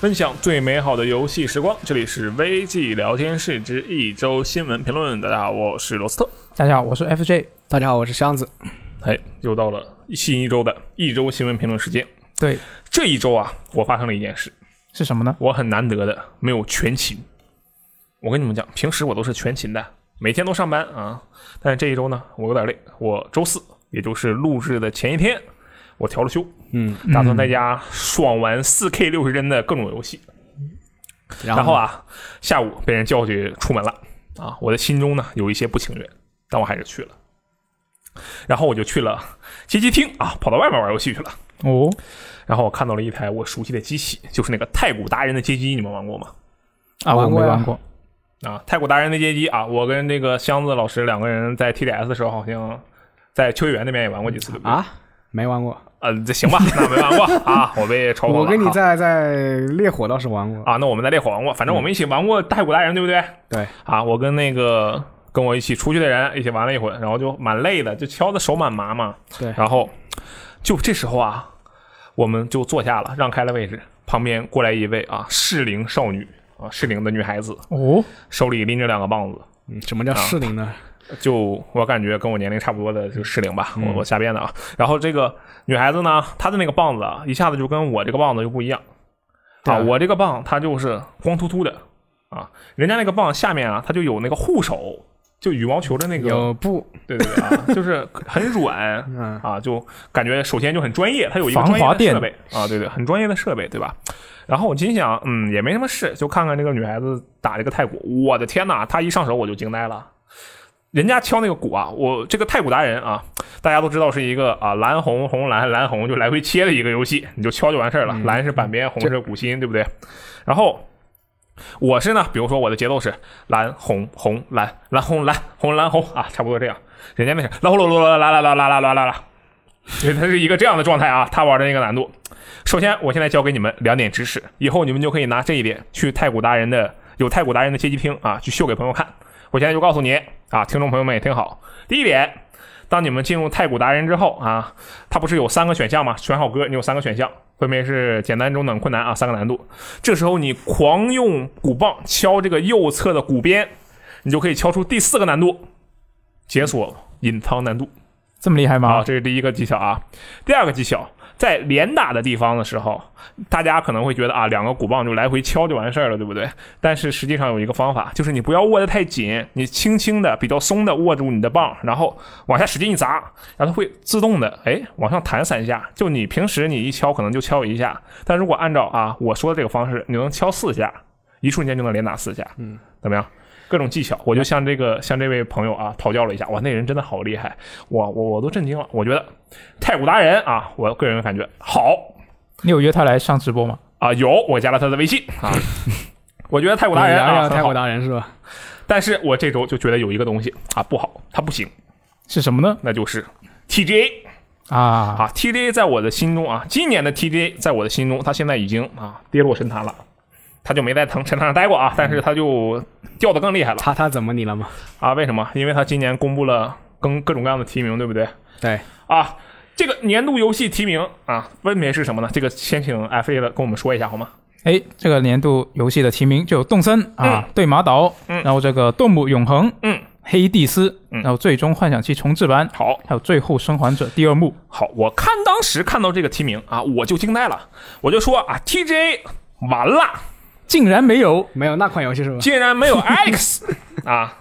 分享最美好的游戏时光。这里是微 G 聊天室之一周新闻评论。大家好，我是罗斯特。大家好，我是 FJ。大家好，我是箱子。哎，又到了新一周的一周新闻评论时间。对，这一周啊，我发生了一件事，是什么呢？我很难得的没有全勤。我跟你们讲，平时我都是全勤的，每天都上班啊。但是这一周呢，我有点累。我周四，也就是录制的前一天，我调了休，嗯，打算在家爽玩 4K 六十帧的各种游戏。然然后后啊，下午被人叫去出门了啊，我的心中呢有一些不情愿，但我还是去了。然后我就去了街机厅啊，跑到外面玩游戏去了。哦，然后我看到了一台我熟悉的机器，就是那个太古达人的街机，你们玩过吗？啊，我玩没过呀玩过。啊，太古达人的街机啊，我跟那个箱子老师两个人在 TDS 的时候，好像在秋叶原那边也玩过几次，对不对？啊，啊，没玩过。呃，这行吧，那没玩过啊，我被嘲讽了。我跟你啊在在烈火倒是玩过。啊，那我们在烈火玩过，反正我们一起玩过太古达人，对不对？嗯对，啊，我跟那个跟我一起出去的人一起玩了一会儿，然后就蛮累的，就敲的手蛮麻嘛。对然后就这时候啊，我们就坐下了，让开了位置，旁边过来一位啊适龄少女啊适龄的女孩子，哦，手里拎着两个棒子，嗯，什啊么叫适龄呢？就我感觉跟我年龄差不多的就适龄吧，嗯我我瞎编的啊。然后这个女孩子呢，她的那个棒子啊，一下子就跟我这个棒子就不一样对啊。啊我这个棒它就是光秃秃的啊，人家那个棒下面啊，它就有那个护手，就羽毛球的那个，有布，对对对啊，就是很软。嗯，啊，就感觉首先就很专业，它有一个防专业滑的垫设备啊，对对，很专业的设备，对吧？然后我心想，嗯，也没什么事，就看看这个女孩子打这个太鼓。我的天呐，她一上手我就惊呆了。人家敲那个鼓啊，我这个太鼓达人啊，大家都知道是一个啊蓝红红蓝蓝红就来回切的一个游戏，你就敲就完事儿嗯了。蓝是板边，红是鼓心，对不对？然后我是呢，比如说我的节奏是蓝红红蓝蓝红蓝红蓝红啊，差不多这样。人家那是啦呼噜噜啦啦啦啦啦啦啦啦啦，所以它是一个这样的状态啊。他玩的那个难度，首先我现在教给你们两点知识，以后你们就可以拿这一点去太古达人的有太古达人的街机厅啊去秀给朋友看。我现在就告诉你啊，听众朋友们也听好，第一点。当你们进入太古达人之后啊，它不是有三个选项吗？选好歌，你有三个选项，分别是简单、中等、困难啊，三个难度。这时候你狂用鼓棒敲这个右侧的鼓边，你就可以敲出第四个难度，解锁隐藏难度这么厉害啊，吗？这是第一个技巧啊。第二个技巧，在连打的地方的时候，大家可能会觉得啊，两个鼓棒就来回敲就完事儿了，对不对？但是实际上有一个方法，就是你不要握得太紧，你轻轻的、比较松的握住你的棒，然后往下使劲一砸，然后它会自动的哎往上弹三下。就你平时你一敲可能就敲一下，但如果按照啊我说的这个方式，你能敲四下，一瞬间就能连打四下，嗯，怎么样？各种技巧，我就向这个向这位朋友啊讨教了一下，哇，那人真的好厉害，我我我都震惊了，我觉得太古达人啊，我个人感觉好，你有约他来上直播吗？啊，有，我加了他的微信啊。 我觉得泰国达人你聊啊聊很泰 好国，达人是吧？但是我这周就觉得有一个东西啊不好，它不行，是什么呢？那就是 TGA 啊，啊，TGA 在我的心中啊，今年的 TGA 在我的心中，它现在已经啊跌落神坛了，它就没在藤神坛上待过啊，但是它就掉的更厉害了他他怎么你了吗？啊，为什么？因为它今年公布了跟各种各样的提名，对不对？对，啊，这个年度游戏提名啊，分别是什么呢？这个先请 F A 的跟我们说一下好吗？哎，这个年度游戏的提名就有动森啊，对马岛，嗯然后这个动物永恒，嗯，黑帝斯，嗯然后最终幻想七重置版，好，还有最后生还者第二幕。好，我看当时看到这个提名啊，我就惊呆了，我就说啊，TGA 完了，竟然没有没有那款游戏是吧？竟然没有 Alex 啊，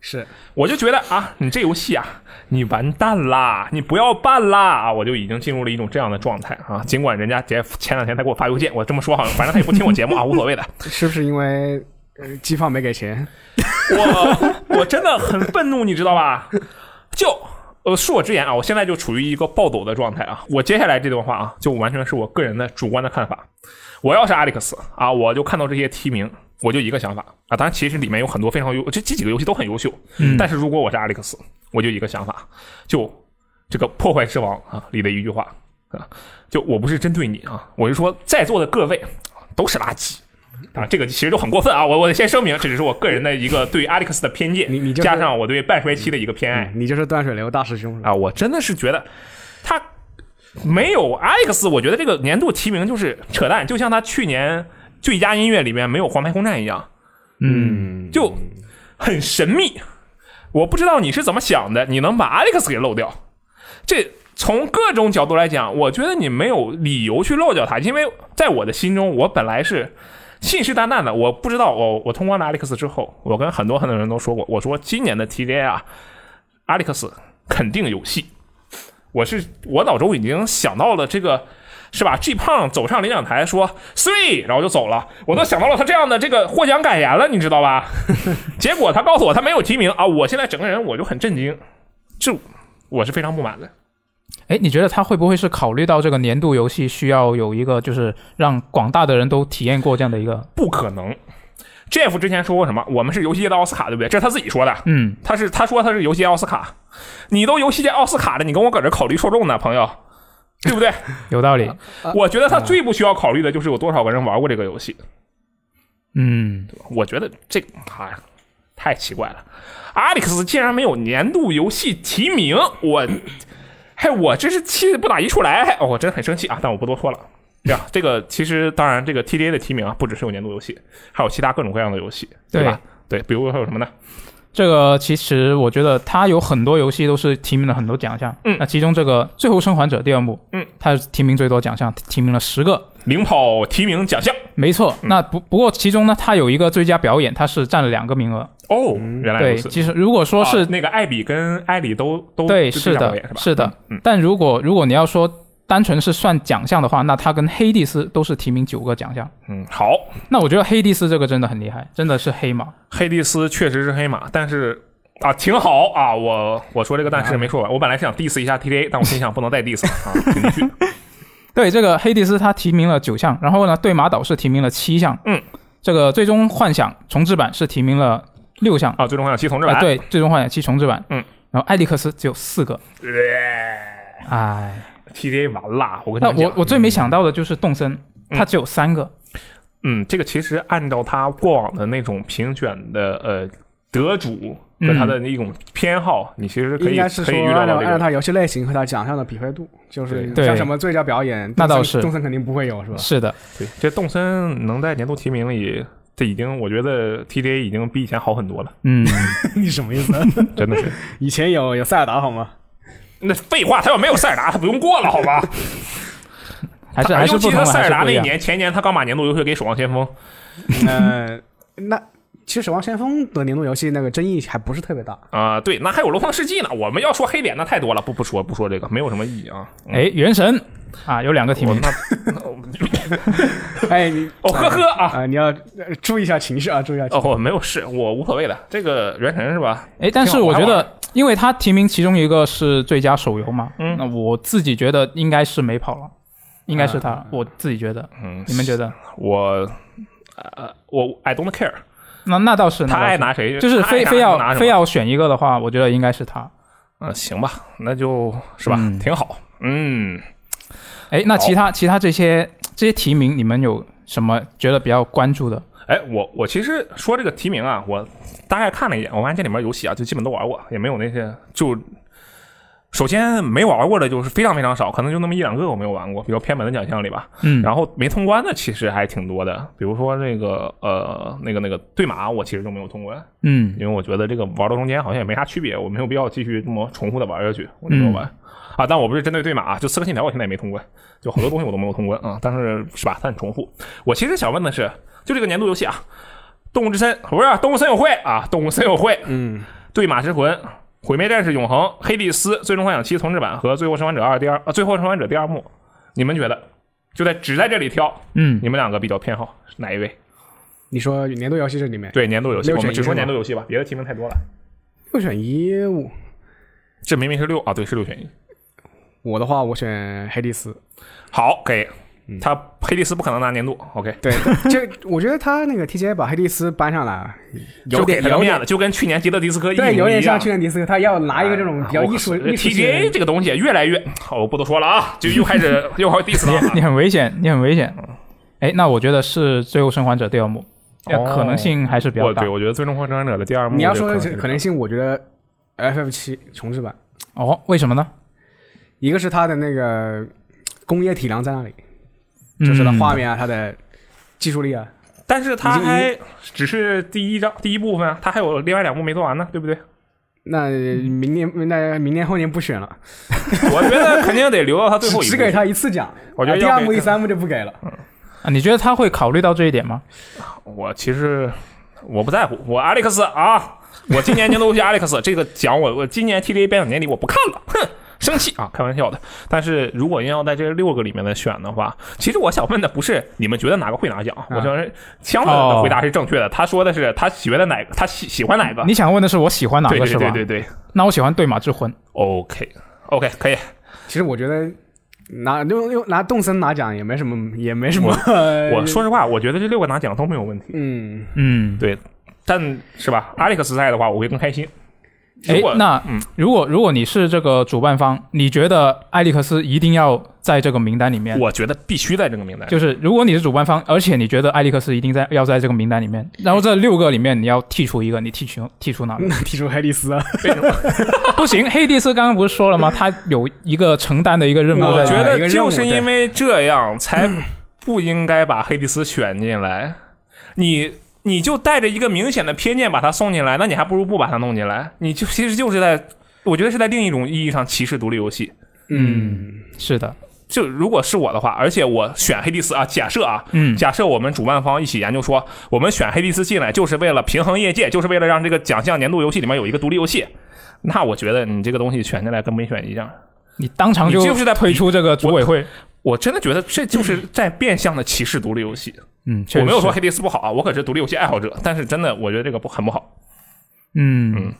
是，我就觉得啊，你这游戏啊，你完蛋啦，你不要办啦，啊我就已经进入了一种这样的状态啊。尽管人家杰夫前两天才给我发邮件，我这么说好像，反正他也不听我节目啊，无所谓的。是不是因为呃机放没给钱？我我真的很愤怒，你知道吧？就呃，恕我直言啊，我现在就处于一个暴走的状态啊。我接下来这段话啊，就完全是我个人的主观的看法。我要是阿里克斯啊，我就看到这些提名，我就一个想法啊。当然，其实里面有很多非常优，这这几个游戏都很优秀。嗯但是如果我是阿里克斯，我就一个想法，就这个《破坏之王》啊里的一句话啊，就我不是针对你啊，我是说在座的各位都是垃圾。啊，这个其实都很过分啊！我我先声明，这只是我个人的一个对 Alex 的偏见，你你就是嗯加上哎我对半衰期的一个偏爱、你就是断水流大师兄是吧？啊，我真的是觉得他没有 Alex，我觉得这个年度提名就是扯淡，就像他去年最佳音乐里面没有《黄牌空战》一样，嗯，就很神秘。我不知道你是怎么想的，你能把 Alex 给漏掉？这从各种角度来讲，我觉得你没有理由去漏掉他，因为在我的心中，我本来是信誓旦旦的。我不知道，我我通关了 Alex 之后，我跟很多很多人都说过，我说今年的 TGA 啊，Alex 肯定有戏。我是我脑中已经想到了这个。是吧？G 胖走上领奖台说 “three”，然后就走了。我都想到了他这样的这个获奖感言了，你知道吧？结果他告诉我他没有提名啊！我现在整个人我就很震惊，这我是非常不满的。哎，你觉得他会不会是考虑到这个年度游戏需要有一个就是让广大的人都体验过这样的一个？不可能。Jeff 之前说过什么？我们是游戏界的奥斯卡，对不对？这是他自己说的。嗯，他是他说他是游戏界奥斯卡，你都游戏界奥斯卡了，你跟我搁这考虑受众呢，朋友，对不对？有道理。我觉得他最不需要考虑的就是有多少个人玩过这个游戏。嗯，我觉得这个哎呀，太奇怪了。Alex 竟然没有年度游戏提名，我，嘿，我真是气得不打一处来，哦我真的很生气啊！但我不多说了。对啊，这个其实当然，这个 TGA 的提名啊，不只是有年度游戏，还有其他各种各样的游戏，对吧？对，比如还有什么呢？这个其实我觉得它有很多游戏都是提名了很多奖项。嗯那其中这个《最后生还者》第二幕，嗯，它提名最多奖项，提名了十个。领跑提名奖项没错，嗯那不不过其中呢，它有一个最佳表演，它是占了两个名额。哦，原来对，如此。其实如果说是啊那个艾比跟艾里都都对，就是这两位的是，吧？是的嗯嗯。但如果如果你要说单纯是算奖项的话，那他跟黑蒂斯都是提名九个奖项。嗯，好，那我觉得黑蒂斯这个真的很厉害，真的是黑马。黑蒂斯确实是黑马，但是啊，挺好啊。我我说这个但是没说完，我本来是想 diss 一下 TTA，但我心想不能再 diss 了啊。 继续对，这个黑蒂斯他提名了九项，然后呢，对马岛是提名了七项，嗯，这个最终幻想重置版是提名了六项，啊，最终幻想七同志啊、来，对，最终幻想七重置版，嗯，然后艾利克斯只有四个，对哎， ，TTA 完啦。我跟那你们我讲，我最没想到的就是动森，他只有三个，嗯，这个其实按照他过往的那种评选的呃得主和嗯他的那种偏好，你其实可应以该是可说以预料按照到这按个。照它游戏类型和它奖项的匹配度，就是对像什么最佳表演，那动森倒是动森肯定不 会有是吧？嗯是的，对，这动森能在年度提名里，这已经我觉得 TTA 已经比以前好很多了，嗯，你什么意思？ 真的是。以前有有塞尔达好吗？ 那废话，他要没有塞尔达，他不用过了，好吧？还是他哎还是尤不其同，啊他塞还尔达是不那一一样。年，前年他刚把年度优秀给《守望先锋》， 嗯呃，那其实《守望先锋》的年度游戏那个争议还不是特别大， 啊、对，那还有《龙腾世纪》呢。我们要说黑点，那太多了，不不说不说这个，没有什么意义啊。嗯哎，原神啊，有两个提我名，那 哎，你哦呵呵啊，啊，你要呃注意一下情绪啊，注意一下情哦我没有事，我无所谓的。这个原神是吧？哎，但挺是好我玩觉玩得，因为他提名其中一个是最佳手游嘛，嗯那我自己觉得应该是没跑了，应该是他，我自己觉得，嗯，你们觉得？我呃我 I don't care，那那倒是，那他倒爱是拿谁就是他爱非拿非就拿要什么非要选一个的话，我觉得应该是他。嗯行吧，那就是吧，嗯挺好。嗯，哎，那好其他其他这些这些提名，你们有什么觉得比较关注的？哎，我我其实说这个提名啊，我大概看了一眼，我发现这里面游戏啊，就基本都玩过，也没有那些就。首先没玩过的就是非常非常少，可能就那么一两个我没有玩过，比较偏门的奖项里吧。嗯，然后没通关的其实还挺多的，比如说那个呃那个那个对马，我其实就没有通关，嗯因为我觉得这个玩到中间好像也没啥区别，我没有必要继续这么重复的玩下去，我就没有玩。啊，但我不是针对对马啊，就刺客信条我现在也没通关，就好多东西我都没有通关啊，但是是吧，它很重复。我其实想问的是，就这个年度游戏啊，《动物之森》不是啊《动物森友会》啊，《动物森友会》嗯，对马之魂、毁灭战士永恒、黑蒂斯、最终幻想七重置版和最后生还者二第二啊，最后生还者第二幕，你们觉得就在只在这里挑，嗯你们两个比较偏好哪一位？你说年度游戏这里面对年度游戏，六我们选一只说是吗年度游戏吧，别的提名太多了。六选一，我这明明是六啊，对，是六选一。我的话我选黑蒂斯。好，可以。嗯他黑蒂斯不可能拿年度，OK， 对，这我觉得他那个 TGA 把黑蒂斯搬上来，啊有就给点他个有面点子，就跟去年吉德迪斯科一模对，有点一样像。去年迪斯科，他要拿一个这种比较艺术哎我艺术性的 TGA 这个东西越来越，好我不多说了啊，就又开 始又开始 diss 了啊。你很危险，你很危险。嗯哎，那我觉得是《最后生还者》第二幕，要哦可能性还是比较我大对。我觉得《最终幻想者》的第二幕，你要说我觉得可能性，我觉得 FF 七重置版，哦，为什么呢？一个是它的那个工业体量在那里，嗯就是它画面啊，它的技术力啊，但是他已经已还只是第一章第一部分啊，他还有另外两部没做完呢，对不对？那明年那明年后年不选了，我觉得肯定得留到他最后一 只部给。他一次奖，我觉得啊第要二给幕、他第三幕就不给了。啊，你觉得他会考虑到这一点吗？我其实我不在乎，我 Alex 啊，我今年年度游戏 Alex 这个奖我我今年 TGA 颁奖典礼我不看了，哼。生气啊，开玩笑的。但是如果硬要在这六个里面的选的话，其实我想问的不是你们觉得哪个会拿奖，嗯我想是相反哦的回答是正确的。他说的是他喜欢的哪个，他喜喜欢哪个。你想问的是我喜欢哪啊对个对是对吧？对对那我喜欢《对马之魂》， ，OK OK 可以。其实我觉得拿用用拿动森拿奖也没什么，也没什么。呃我说实话，我觉得这六个拿奖都没有问题，嗯，嗯，但是吧，Alex 在的话，我会更开心。如哎果，那嗯如果如果你是这个主办方，你觉得艾利克斯一定要在这个名单里面？我觉得必须在这个名单上。就是如果你是主办方，而且你觉得艾利克斯一定在要在这个名单里面，然后这六个里面你要剔除一个，你剔除剔除哪嗯个？那提出黑蒂斯啊，为什么？不行，黑蒂斯刚刚不是说了吗？他有一个承担的一个任务嗯 我我在觉里面。得就是因为这样，才不应该把黑蒂斯选进来。你你就带着一个明显的偏见把他送进来，那你还不如不把他弄进来。你就其实就是在，我觉得是在另一种意义上歧视独立游戏。嗯，是的，就如果是我的话，而且我选黑蒂斯啊，假设啊，嗯假设我们主办方一起研究说，我们选黑蒂斯进来就是为了平衡业界，就是为了让这个奖项年度游戏里面有一个独立游戏，那我觉得你这个东西选进来跟没选一样。你当场你就是在推出这个组委会。我真的觉得这就是在变相的歧视独立游戏。嗯，确实我没有说是，黑迪斯不好啊，我可是独立游戏爱好者，但是真的我觉得这个不很不好，嗯，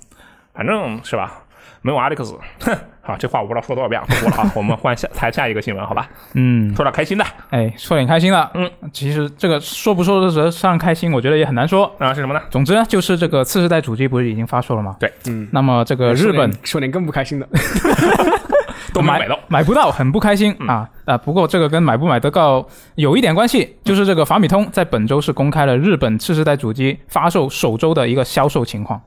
反正是吧，没有 Alex，哼， 好，这话我不知道说多少遍了，不说了啊，我们换下谈下一个新闻好吧，嗯，说点开心的哎，说点开心了。嗯，其实这个说不说得上开心，我觉得也很难说。啊是什么呢？总之呢，就是这个次世代主机不是已经发售了吗？对，嗯。那么这呃个日本说点说点更不开心的，都没买买到，买不到，很不开心、嗯啊啊！不过这个跟买不买得到有一点关嗯系，就是这个法米通在本周是公开了日本次世代主机发售首周的一个销售情况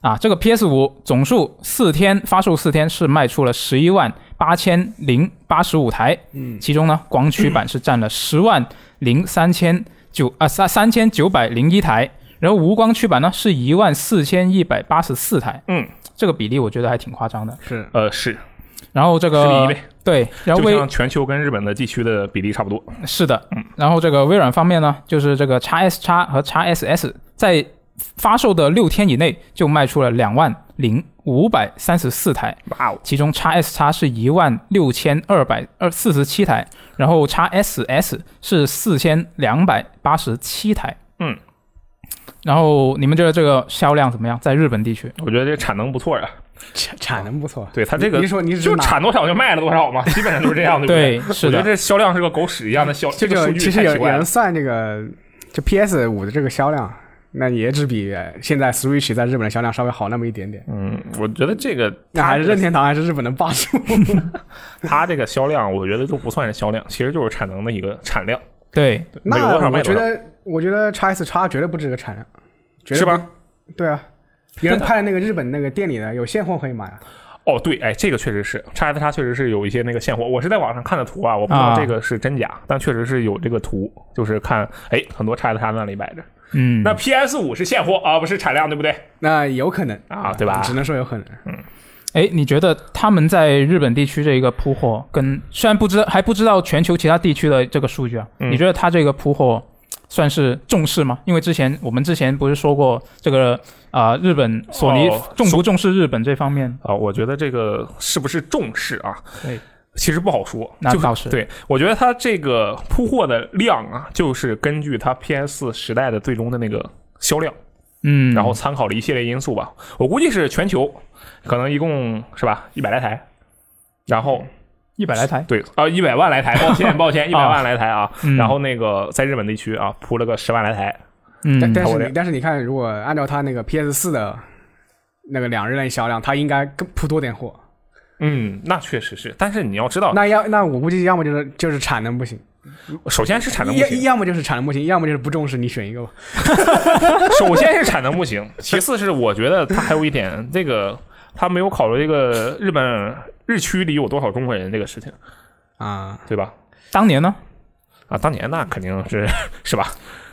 啊。这个 PS 五总数四天发售四天是卖出了十一万八千零八十五台，嗯，其中呢光驱版是占了十万零三千九啊三三千九百零一台，然后无光驱版呢是一万四千一百八十四台，嗯，这个比例我觉得还挺夸张的。是呃是然后这是第一个位，对，然后就微像全球跟日本的地区的比例差不多，是的，嗯然后这个微软方面呢，就是这个 x S x 和 x SS 在发售的六天以内就卖出了两万零五百三十四台，哇哦，其中 x S x 是一万六千二百二四十七台，然后 x SS 是四千两百八十七台。嗯，然后你们觉得这个销量怎么样？在日本地区？我觉得这产能不错呀、产产能不错。对它这个你说你是就哪产多少就卖了多少嘛，基本上都是这样，对不对？对，我是觉得的，这销量是个狗屎一样的销，这个个数据其实太有奇有怪人了。算这个，就 PS 五的这个销量，那也只比现在 Switch 在日本的销量稍微好那么一点点。嗯，我觉得这个那还是任天堂还是日本的霸主。 它这个销量，我觉得都不算是销量，其实就是产能的 一个产量。对，对那美国多少卖我觉多少，得，我觉得 x S x 绝对不止这个产量，绝对是吧不？对啊，有人派那个日本那个店里的有现货可以买 啊。哦，对，哎，这个确实是叉 S 叉，确实是有一些那个现货。我是在网上看的图啊，我不知道啊这个是真假，但确实是有这个图，就是看哎，很多叉 S 叉那里摆着。嗯，那 PS 五是现货啊，不是产量，对不对？那有可能啊对吧只能说有可能。哎，你觉得他们在日本地区这一个铺货跟，虽然不知还不知道全球其他地区的这个数据啊，嗯你觉得他这个铺货算是重视吗？因为之前我们之前不是说过这个啊、日本索尼哦重不重视日本这方面？啊，我觉得这个是不是重视啊？对，其实不好说。哎那就是倒是对，我觉得它这个铺货的量啊，就是根据它 PS 时代的最终的那个销量。嗯，然后参考了一系列因素吧。我估计是全球可能一共是吧一百来台，然后一百来台，对啊一百万来台，抱 歉抱歉一百万来台啊。嗯然后那个在日本地区啊铺了个十万来台，但嗯，但差不是多你但是你看，如果按照他那个 PS 四的那个两日内销量，他应该更铺多点货。嗯，那确实是。但是你要知道，那要那我估计要么就是就是产能不行，首先是产能不要行，要么就是产能不行，要么就是不重视，你选一个吧。首先是产能不 行，其次是我觉得它还有一点这个。他没有考虑这个日本日区里有多少中国人这个事情，啊，对吧？当年呢？啊，当年那肯定是是吧？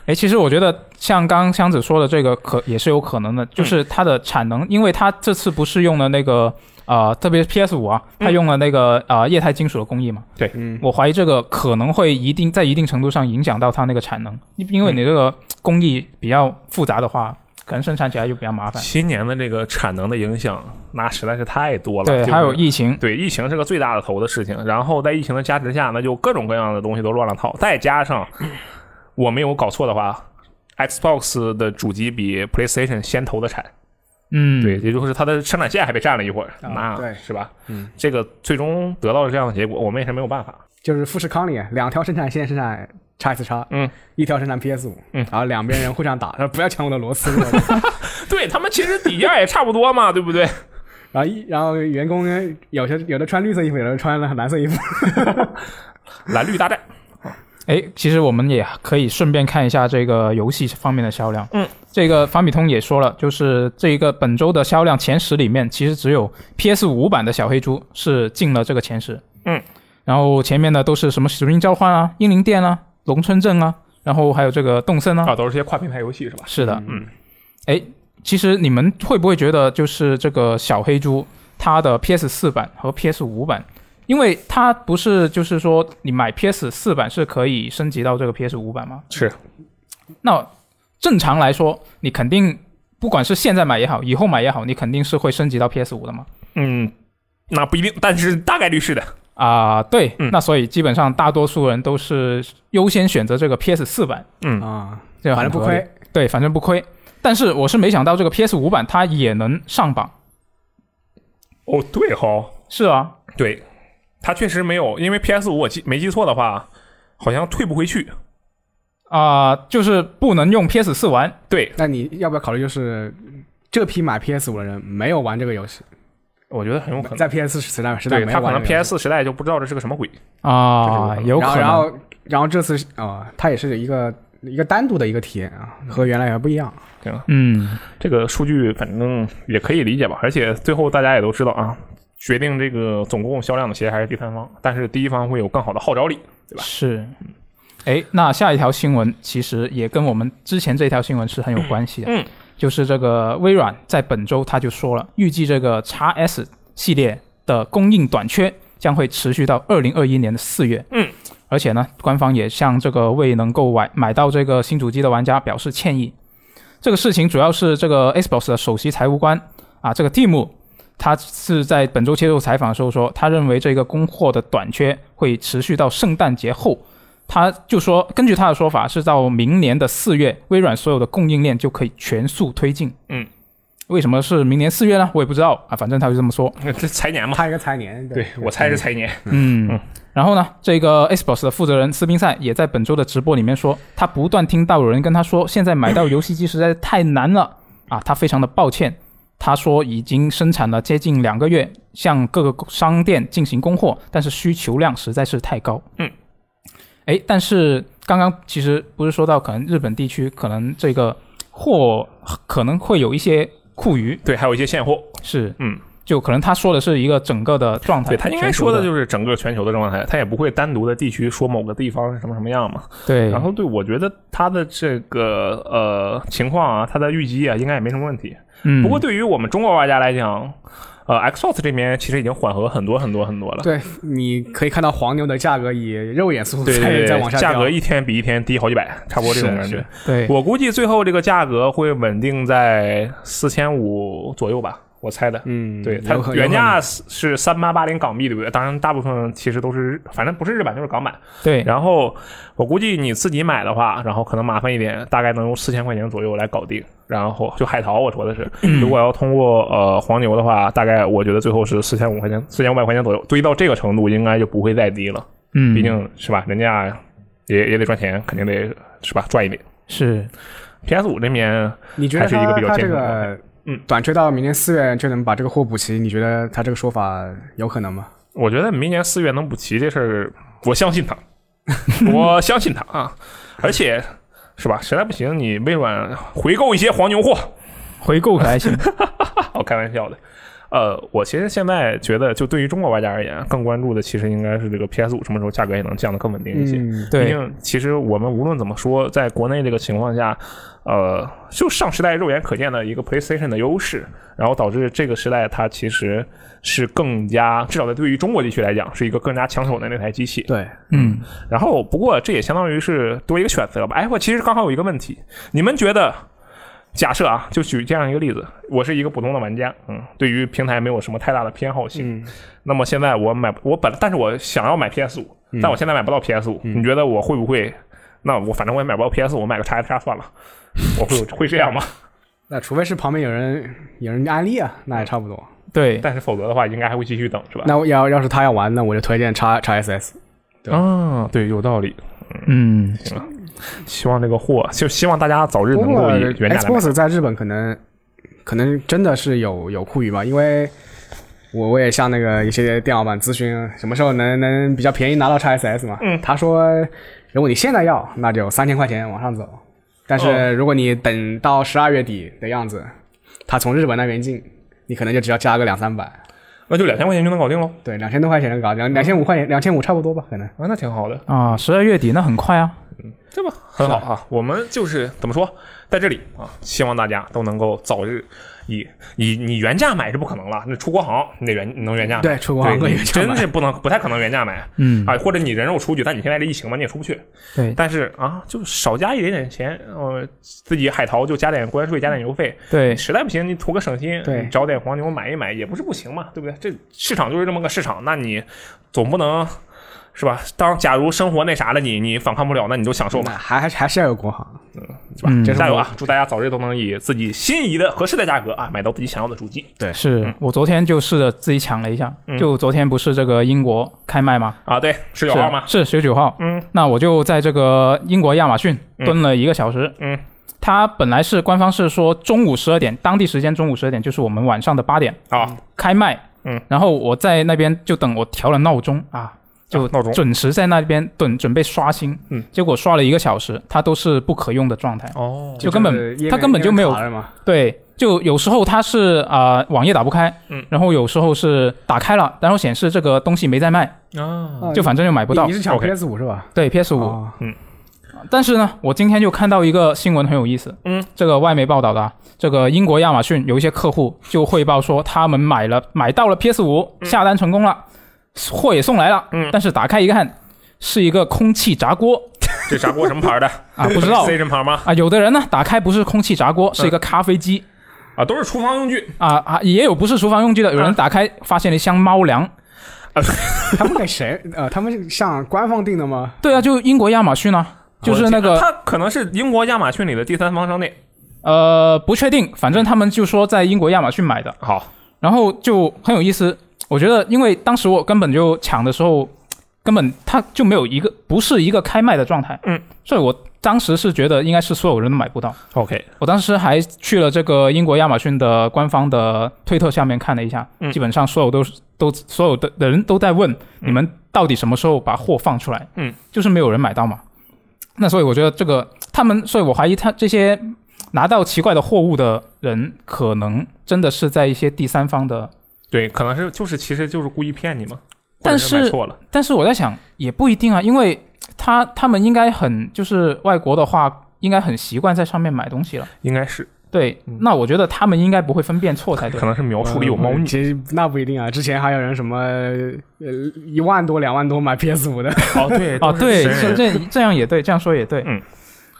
哎，其实我觉得像刚刚箱子说的这个可也是有可能的，就是它的产能，因为它这次不是用了那个呃，特别是 PS 五啊，它用了那个、呃液态金属的工艺嘛，嗯，我怀疑这个可能会一定在一定程度上影响到它那个产能，因因为你这个工艺比较复杂的话，可能生产起来就比较麻烦。今年的这个产能的影响，那实在是太多了。对，就是还有疫情，对，疫情是个最大的头的事情。然后在疫情的加持下，那就各种各样的东西都乱了套。再加上我没有搞错的话，Xbox 的主机比 PlayStation 先投的产，嗯，对，，也就是它的生产线还被占了一会儿，啊那对是吧？嗯，这个最终得到了这样的结果，我们也是没有办法。就是富士康里啊两条生产线生产 X S x 嗯，一条生产 PS 五，嗯然后两边人互 相打，说不要抢我的螺丝， 我的对他们其实底价也差不多嘛，对不对？然后一然后员工有些有的穿绿色衣服，有的穿蓝色衣服，蓝绿大战，哎，其实我们也可以顺便看一下这个游戏方面的销量。嗯，这个法米通也说了，就是这一个本周的销量前十里面，其实只有 PS 五版的小黑猪是进了这个前十。嗯，然后前面的都是什么《使命召唤》啊、《英灵殿》啊、《龙村镇》啊，然后还有这个《动森》啊。啊，都是些跨平台游戏是吧？是的，嗯，哎，其实你们会不会觉得，就是这个小黑猪它的 PS 四版和 PS 五版，因为它不是就是说你买 PS 四版是可以升级到这个 PS 五版吗？是。那正常来说，你肯定不管是现在买也好，以后买也好，你肯定是会升级到 PS 五的嘛。嗯，那不一定，但是大概率是的。啊、对，嗯那所以基本上大多数人都是优先选择这个 PS 四版，嗯，啊，这个反正很不合理亏，对，反正不亏。但是我是没想到这个 PS 五版它也能上榜，哦，对哈、是啊，对，它确实没有，因为 PS 五我记没记错的话，好像退不回去。啊、就是不能用 PS 四玩。对，那你要不要考虑就是？这批买 PS 五的人没有玩这个游戏，我觉得很有可能。在 PS 时代时代对没他有可玩能这个游 PS 时代就不知道这是个什么鬼。啊、这是有戏可然能。后然后然后这次啊、它也是一个一个单独的一个体验啊，和原来也不一样。嗯，这个数据反正也可以理解吧，而且最后大家也都知道啊，决定这个总共销量的鞋还是第三方，但是第一方会有更好的号召力。 吧是。哎，那下一条新闻其实也跟我们之前这条新闻是很有关系的。嗯， 就是这个微软在本周他就说了，预计这个 x S 系列的供应短缺将会持续到二零二一年的四月。嗯，而且呢，官方也向这个未能够买买到这个新主机的玩家表示歉意。这个事情主要是这个 Xbox 的首席财务官啊，这个蒂姆，他是在本周接受采访的时候说，他认为这个供货的短缺会持续到圣诞节后。他就说，根据他的说法，是到明年的四月，微软所有的供应链就可以全速推进。嗯，为什么是明年四月呢？我也不知道啊，反正他就这么说。这财年嘛，它一个财年，嗯对我猜是嗯财年。嗯，然后呢，这个 Xbox 的负责人斯宾塞也在本周的直播里面说，他不断听到有人跟他说，现在买到游戏机实在是太难了啊，他非常的抱歉。他说已经生产了接近两个月，向各个商店进行供货，但是需求量实在是太高。嗯，哎，但是刚刚其实不是说到可能日本地区可能这个货可能会有一些库余，对，还有一些现货。是嗯，就可能他说的是一个整个的状态，对他应该说啊全的球就是整个全球的状态，他也不会单独的地区说某个地方是什么什么样嘛。对，然后对我觉得他的这个呃情况啊，他的预计啊，应该也没什么问题。嗯，不过对于我们中国玩家来讲，呃，Xbox 这边其实已经缓和很多很多很多了。对，你可以看到黄牛的价格以肉眼速度对在对在对往，下价掉，格一天比一天低好几百，差不多这种是感觉是。对，我估计最后这个价格会稳定在四千五左右吧，我猜的。嗯，对，它有可原有可能价是是三八八零港币，对不对？当然，大部分其实都是日，反正不是日版就是港版。对，然后我估计你自己买的话，然后可能麻烦一点，大概能用四千块钱左右来搞定。然后就海淘，我说的是，如果要通过呃黄牛的话，大概我觉得最后是四千五块钱，四千五百块钱左右，堆到这个程度应该就不会再低了。嗯，毕竟是吧，人家也也得赚钱，肯定得是吧赚一点。是 PS 五这边你觉得还是一个比较它健这康的状个嗯短缺到明年四月就能把这个货补齐，你觉得他这个说法有可能 吗？我觉得明年四月能补齐这事儿，我相信他，我相信他啊！而且是吧，实在不行，你微软回购一些黄牛货，回购可还行，我开玩笑的呃，我其实现在觉得，就对于中国玩家而言，更关注的其实应该是这个 PS 五什么时候价格也能降得更稳定一些。嗯，毕对，竟，其实我们无论怎么说，在国内这个情况下，呃，就上时代肉眼可见的一个 PlayStation 的优势，然后导致这个时代它其实是更加，至少在对于中国地区来讲，是一个更加抢手的那台机器。对，嗯，然后，不过这也相当于是多一个选择吧。哎，我其实刚好有一个问题，你们觉得？假设啊，就举这样一个例子，我是一个普通的玩家，嗯，对于平台没有什么太大的偏好性。嗯，那么现在我买，我本但是我想要买 PS 五、但我现在买不到 PS 五、你觉得我会不会？那我反正我也买不到 PS 五，我买个 x S x 算了。 我会会这 样吗？那除非是旁边有人有人安利啊，那也差不多。对，但是否则的话，应该还会继续等，是吧？那我要要是他要玩，那我就推荐叉叉 SS。对啊，对，有道理。嗯，希望这个货，就希望大家早日不能过够以原价来买。 Xbox 在日本可能可能真的是有有库余吧，因为我我也向那个一些电脑版咨询什么时候能能比较便宜拿到 x SS 嘛。嗯，他说如果你现在要，那就三千块钱往上走，但哦是如果你等到十二月底的样子，他从日本那边进，你可能就只要加个两三百，那就两千块钱就能搞定喽。对，两千多块钱能搞，两两千五块钱，两千五差不多吧，可能。啊，那挺好的，啊，十二月底那很快啊，对吧？很好啊。我们就是怎么说，在这里啊，希望大家都能够早日以以你原价买是不可能了，那出国行你得原你能啊原价买。对，出国行可对以你真是不能不太可能原价买。嗯，啊，或者你人肉出去，但你现在这疫情嘛，你也出不去。对但是啊，就少加一点点钱，呃，自己海淘就加点关税，加点邮费。对，实在不行，你图个省心，对你找点黄牛买一买也不是不行嘛，对不对？这市场就是这么个市场，那你总不能是吧？当假如生活那啥了你，你反抗不了，那你就享受嘛，还还还是要有国行，是吧？嗯加油啊！祝大家早日都能以自己心仪的合适的价格啊，买到自己想要的主机嗯是我昨天就试着自己抢了一下，就昨天不是这个英国开卖吗？啊。对，嗯十九是号嘛，是十九号。嗯，那我就在这个英国亚马逊蹲了一个小时。嗯，它本来是官方是说中午十二点，当地时间中午十二点，就是我们晚上的八点啊，开卖。嗯，然后我在那边就等我调了闹钟啊，就啊闹钟准时在那边等准备刷新。嗯，结果刷了一个小时，它都是不可用的状态。哦就根本是页面他根本就没有页面卡了嘛，对，就有时候它是啊、呃网页打不开，嗯，然后有时候是打开了，然后显示这个东西没在卖，啊，就反正就买不到你你。是抢 OK PS 五是吧？对 PS 五、哦但是呢，我今天就看到一个新闻很有意思，嗯，这个外媒报道的啊，这个英国亚马逊有一些客户就汇报说，他们买了买到了 PS 五，下单成功了，货也送来了，嗯但是打开一看，是一个空气炸锅这炸锅什么牌的啊， 不知道 C 什么牌吗？啊，有的人呢打开不是空气炸锅，是一个咖啡机啊，都是厨房用具。啊啊，也有不是厨房用具的，有人打开发现了一箱猫粮，他们给谁？ 呃，他们是向官方定的吗？对啊，就英国亚马逊啊，就是那个它可能是英国亚马逊里的第三方商店。呃不确定，反正他们就说在英国亚马逊买的。好，然后就很有意思。我觉得，因为当时我根本就抢的时候，根本它就没有一个不是一个开卖的状态，嗯，所以我当时是觉得应该是所有人都买不到。 OK，我当时还去了这个英国亚马逊的官方的推特下面看了一下，嗯基本上所有都是都所有的人都在问你们到底什么时候把货放出来，嗯，就是没有人买到嘛。那所以我觉得这个他们，所以我怀疑他这些拿到奇怪的货物的人，可能真的是在一些第三方的。对，可能是就是其实就是故意骗你嘛，但或者是是买错了。但是我在想，也不一定啊，因为他他们应该很就是外国的话，应该很习惯在上面买东西了。应该是，对，嗯那我觉得他们应该不会分辨错才对嗯可。能是描哦述里有猫呃腻。其实那不一定啊。之前还有人什么呃一万多、两万多买 PS 五的，哦，对， 哦，对，都是这神人这这样也对，这样说也对。嗯，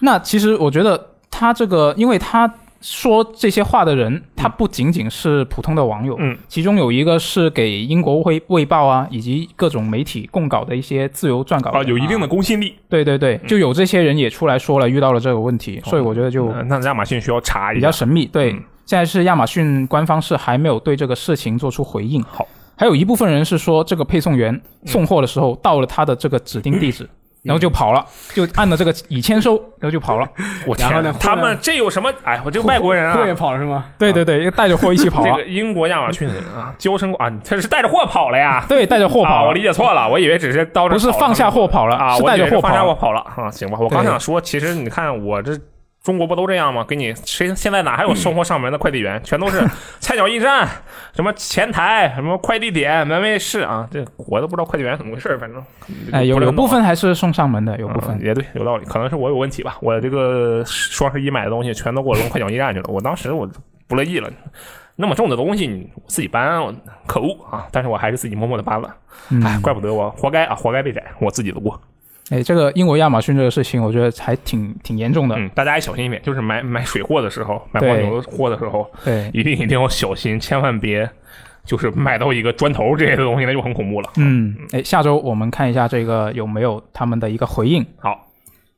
那其实我觉得他这个，因为他说这些话的人，他不仅仅是普通的网友，嗯，其中有一个是给英国卫卫报啊，以及各种媒体供稿的一些自由撰稿啊，人有一定的嗯公信力。对对对，就有这些人也出来说了遇到了这个问题，所以我觉得就呃那亚马逊需要查一比下较。神秘。对，嗯现在是亚马逊官方是还没有对这个事情做出回应。好，嗯还有一部分人是说这个配送员送货的时候到了他的这个指定地址，然后就跑了，就按了这个已签收，然后就跑了。我天然后呢，他忽然们这有什么？哎，我这个外国人货也啊，跑了是吗？对对对，带着货一起跑这啊，个英国亚马逊人啊，娇生惯啊，他是带着货跑了呀。 对，带着货啊，跑我了，理解错了，我以为只是到这不是跑了放下货跑了，啊，是我带以为着货放下跑货了。跑了啊。行吧，我刚想说，其实你看我这中国不都这样吗？给你谁现在哪还有送货上门的快递员？全都 是菜鸟驿站、什么前台、什么快递点、门卫室啊！这我都不知道快递员怎么回事，反正哎，有不是有很懂部啊分还是送上门的，有部分嗯、也对，有道理，可能是我有问题吧。我这个双十一买的东西全都给我扔快脚驿站去了，我当时我不乐意了。那么重的东西你自己搬，我可恶啊！但是我还是自己默默的搬了，嗯哎，怪不得我活该啊，活该被宰，我自己的锅。哎，这个英国亚马逊这个事情，我觉得还挺挺严重的。嗯，大家也小心一点，就是买买水货的时候，买黄对牛货的时候，对，一定一定要小心，千万别就是买到一个砖头这类的东西，那就很恐怖了。嗯，哎，下周我们看一下这个有没有他们的一个回应。好，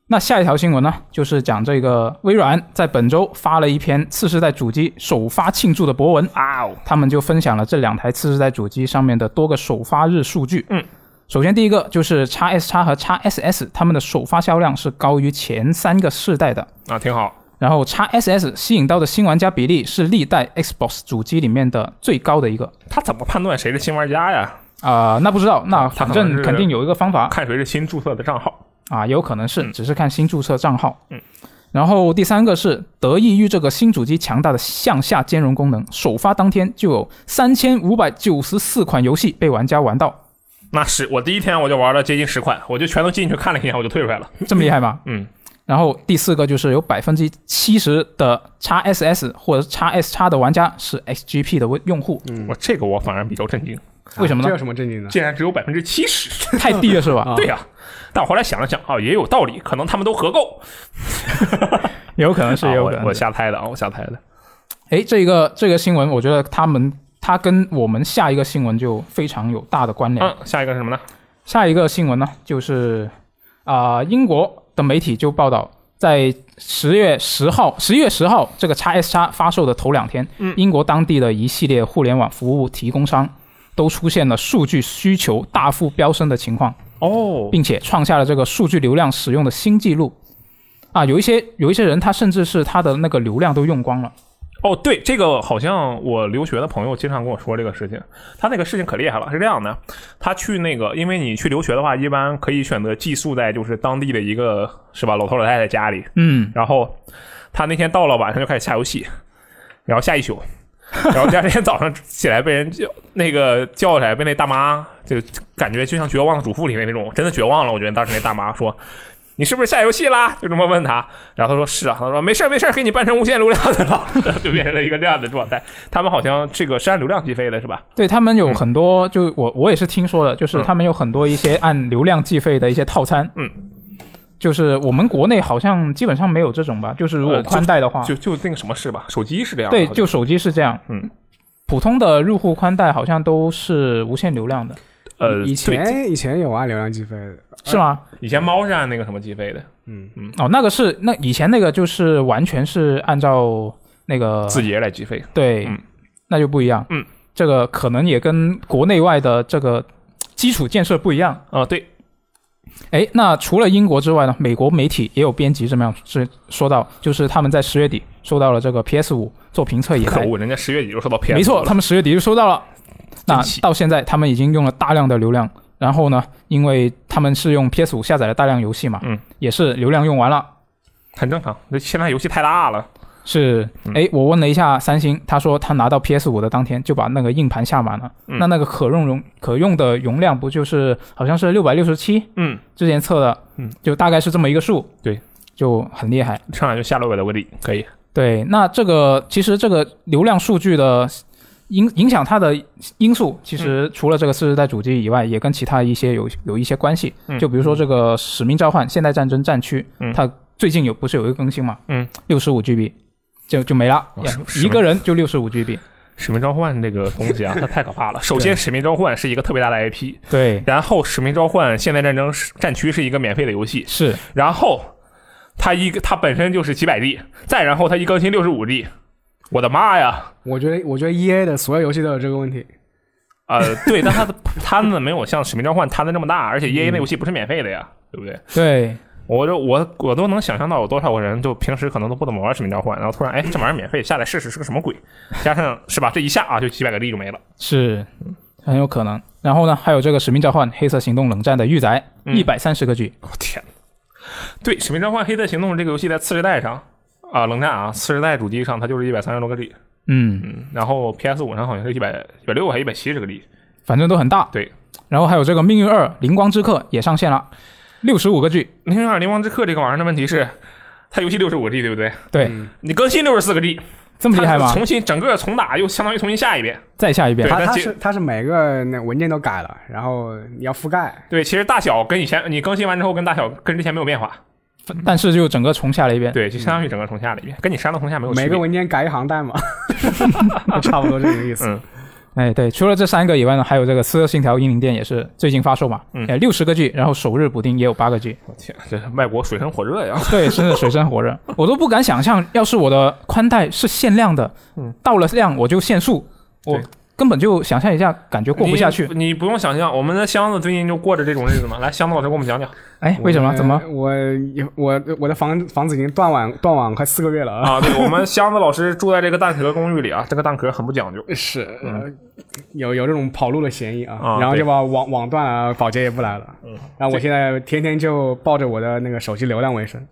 那下一条新闻呢，就是讲这个微软在本周发了一篇次世代主机首发庆祝的博文，啊哦，他们就分享了这两台次世代主机上面的多个首发日数据。嗯，首先第一个就是 x S 叉和 x SS，它们的首发销量是高于前三个世代的。啊，挺好，然后 x SS 吸引到的新玩家比例是历代 Xbox 主机里面的最高的一个。他怎么判断谁是新玩家呀？啊、那不知道，那他反可能正是肯定有一个方法看谁是新注册的账号。啊，有可能是嗯只是看新注册账号。嗯。然后第三个是得益于这个新主机强大的向下兼容功能，首发当天就有三千五百九十四款游戏被玩家玩到，那是我第一天我就玩了接近十款，我就全都进去看了一眼，我就退出来了。这么厉害吗？ 嗯，然后第四个就是有百分之七十的 x SS 或者 x S 叉的玩家是 XGP 的用户，我这个我反而比较震惊， 为什么啊这呢有？什么正经的？嗯竟然只有百分之七十。太低了是吧？啊对呀、但我后来想了想啊，也有道理，可能他们都合购。有可能是，啊也有我可能我是。瞎猜的啊，我瞎猜的。哎，这个这个新闻，我觉得他们它跟我们下一个新闻就非常有大的关联。嗯，下一个是什么呢？下一个新闻呢，就是啊、英国的媒体就报道，在十月十号，十一月十号这个 x S 叉发售的头两天，嗯英国当地的一系列互联网服务提供商都出现了数据需求大幅飙升的情况，哦，并且创下了这个数据流量使用的新纪录。啊，有一些有一些人，他甚至是他的那个流量都用光了。哦，对，这个好像我留学的朋友经常跟我说这个事情。他那个事情可厉害了，是这样的，他去那个，因为你去留学的话，一般可以选择寄宿在就是当地的一个是吧，老头老太太家里，嗯，然后他那天到了晚上就开始下游戏，然后下一宿，然后第二天早上起来被人叫那个叫起来，被那大妈就感觉就像《绝望的主妇》里面那种，真的绝望了。我觉得当时那大妈说。你是不是下游戏啦？就这么问他，然后他说是啊，他说没事儿没事儿，给你办成无限流量的了， 就变成了一个这样的状态。他们好像这个是按流量计费的是吧？对他们嗯有很多，就我我也是听说的，就是他们有很多一些按流量计费的一些套餐。嗯，就是我们国内好像基本上没有这种吧，就是如果呃就宽带的话，就就那个什么是吧？手机是这样的，对，好像就手机是这样。嗯，普通的入户宽带好像都是无限流量的，呃，以对前以前有按流量计费的，是吗？以前猫是按那个什么计费的，嗯，呃哦，那个是那以前那个就是完全是按照那个字节来计费。对，嗯那就不一样。嗯，这个可能也跟国内外的这个基础建设不一样。啊、对，哎，那除了英国之外呢？美国媒体也有编辑这么样是说到，就是他们在十月底收到了这个 PS 五做评测以可来，恶，人家十月底就收到 PS，没错，他们十月底就收到了。那真气到现在，他们已经用了大量的流量。然后呢，因为他们是用 PS 五下载了大量游戏嘛，嗯，也是流量用完了。很正常。那现在游戏太大了，是，嗯哎，我问了一下三星，他说他拿到 PS 五的当天就把那个硬盘下满了，嗯那那个可用容可用的容量不就是好像是六百六十七嗯，之前测的，嗯，就大概是这么一个数，对，就很厉害。上来就下六百的威力，可以。对，那这个其实这个流量数据的影影响它的因素，其实嗯除了这个次世代主机以外，也跟其他一些有有一些关系。嗯就比如说这个《使命召唤：现代战争战区》嗯它最近有不是有一个更新嘛？嗯，六十五 GB 就就没了，哦呀是一个人就六十 五 GB。使命召唤这个东西啊，它太可怕了。首先，使命召唤是一个特别大的 IP，对，然后使命召唤现代战争是战区是一个免费的游戏，是然后它一个它本身就是几百 G，再然后它一更新六十五 G，我的妈呀！我觉得我觉得 E A 的所有游戏都有这个问题。呃，对，但它的 摊子没有像使命召唤摊子这么大，而且 E A 那游戏不是免费的呀，对不对？对。我这我我都能想象到有多少个人就平时可能都不怎么玩使命召唤，然后突然哎这玩意儿免费下来试试是个什么鬼，加上是吧这一下啊就几百个 G 就没了。是，很有可能。然后呢，还有这个《使命召唤：黑色行动冷战》的预载，嗯哦一百三十个 G。我、天，对《使命召唤：黑色行动》这个游戏在次世代上啊、冷战啊，次世代主机上它就是一百三十多个 G，嗯，嗯，然后 PS 五上好像是一百一百六还一百七十个 G，反正都很大。对，然后还有这个《命运二：灵光之刻》也上线了，六十五个 G， 《零零二灵光之客》这个玩意儿的问题是，它游戏六十五 G 对不对？对，你更新六十四个 G，这么厉害吗？重新整个重打又相当于重新下一遍。再下一遍对，它它它其是它是每个那文件都改了，然后你要覆盖，对，其实大小跟以前你更新完之后跟大小跟之前没有变化，但是就整个重下了一遍。对，就相嗯当于整个重下了一遍，跟你删了重下没有区每个别。文件改一行代码，差不多这个意思。嗯哎，对，除了这三个以外呢，还有这个《刺客信条：英灵殿》也是最近发售嘛，嗯哎，六十个 G，然后首日补丁也有八个 G，我天，这外国水深火热 呀！对，真的水深 火热，我都不敢想象，要是我的宽带是限量的，嗯到了量我就限速，我对根本就想象一下，感觉过不下去。你，你不用想象，我们的箱子最近就过着这种日子嘛。来，箱子老师给我们讲讲哎，为什么？我怎么？我我我的房房子已经断网断网快四个月了啊！啊。对，我们箱子老师住在这个蛋壳公寓里啊，这个蛋壳很不讲究是，呃有有这种跑路的嫌疑啊，嗯啊然后对就把网网断了，保洁也不来了。嗯，然后我现在天天就抱着我的那个手机流量为生，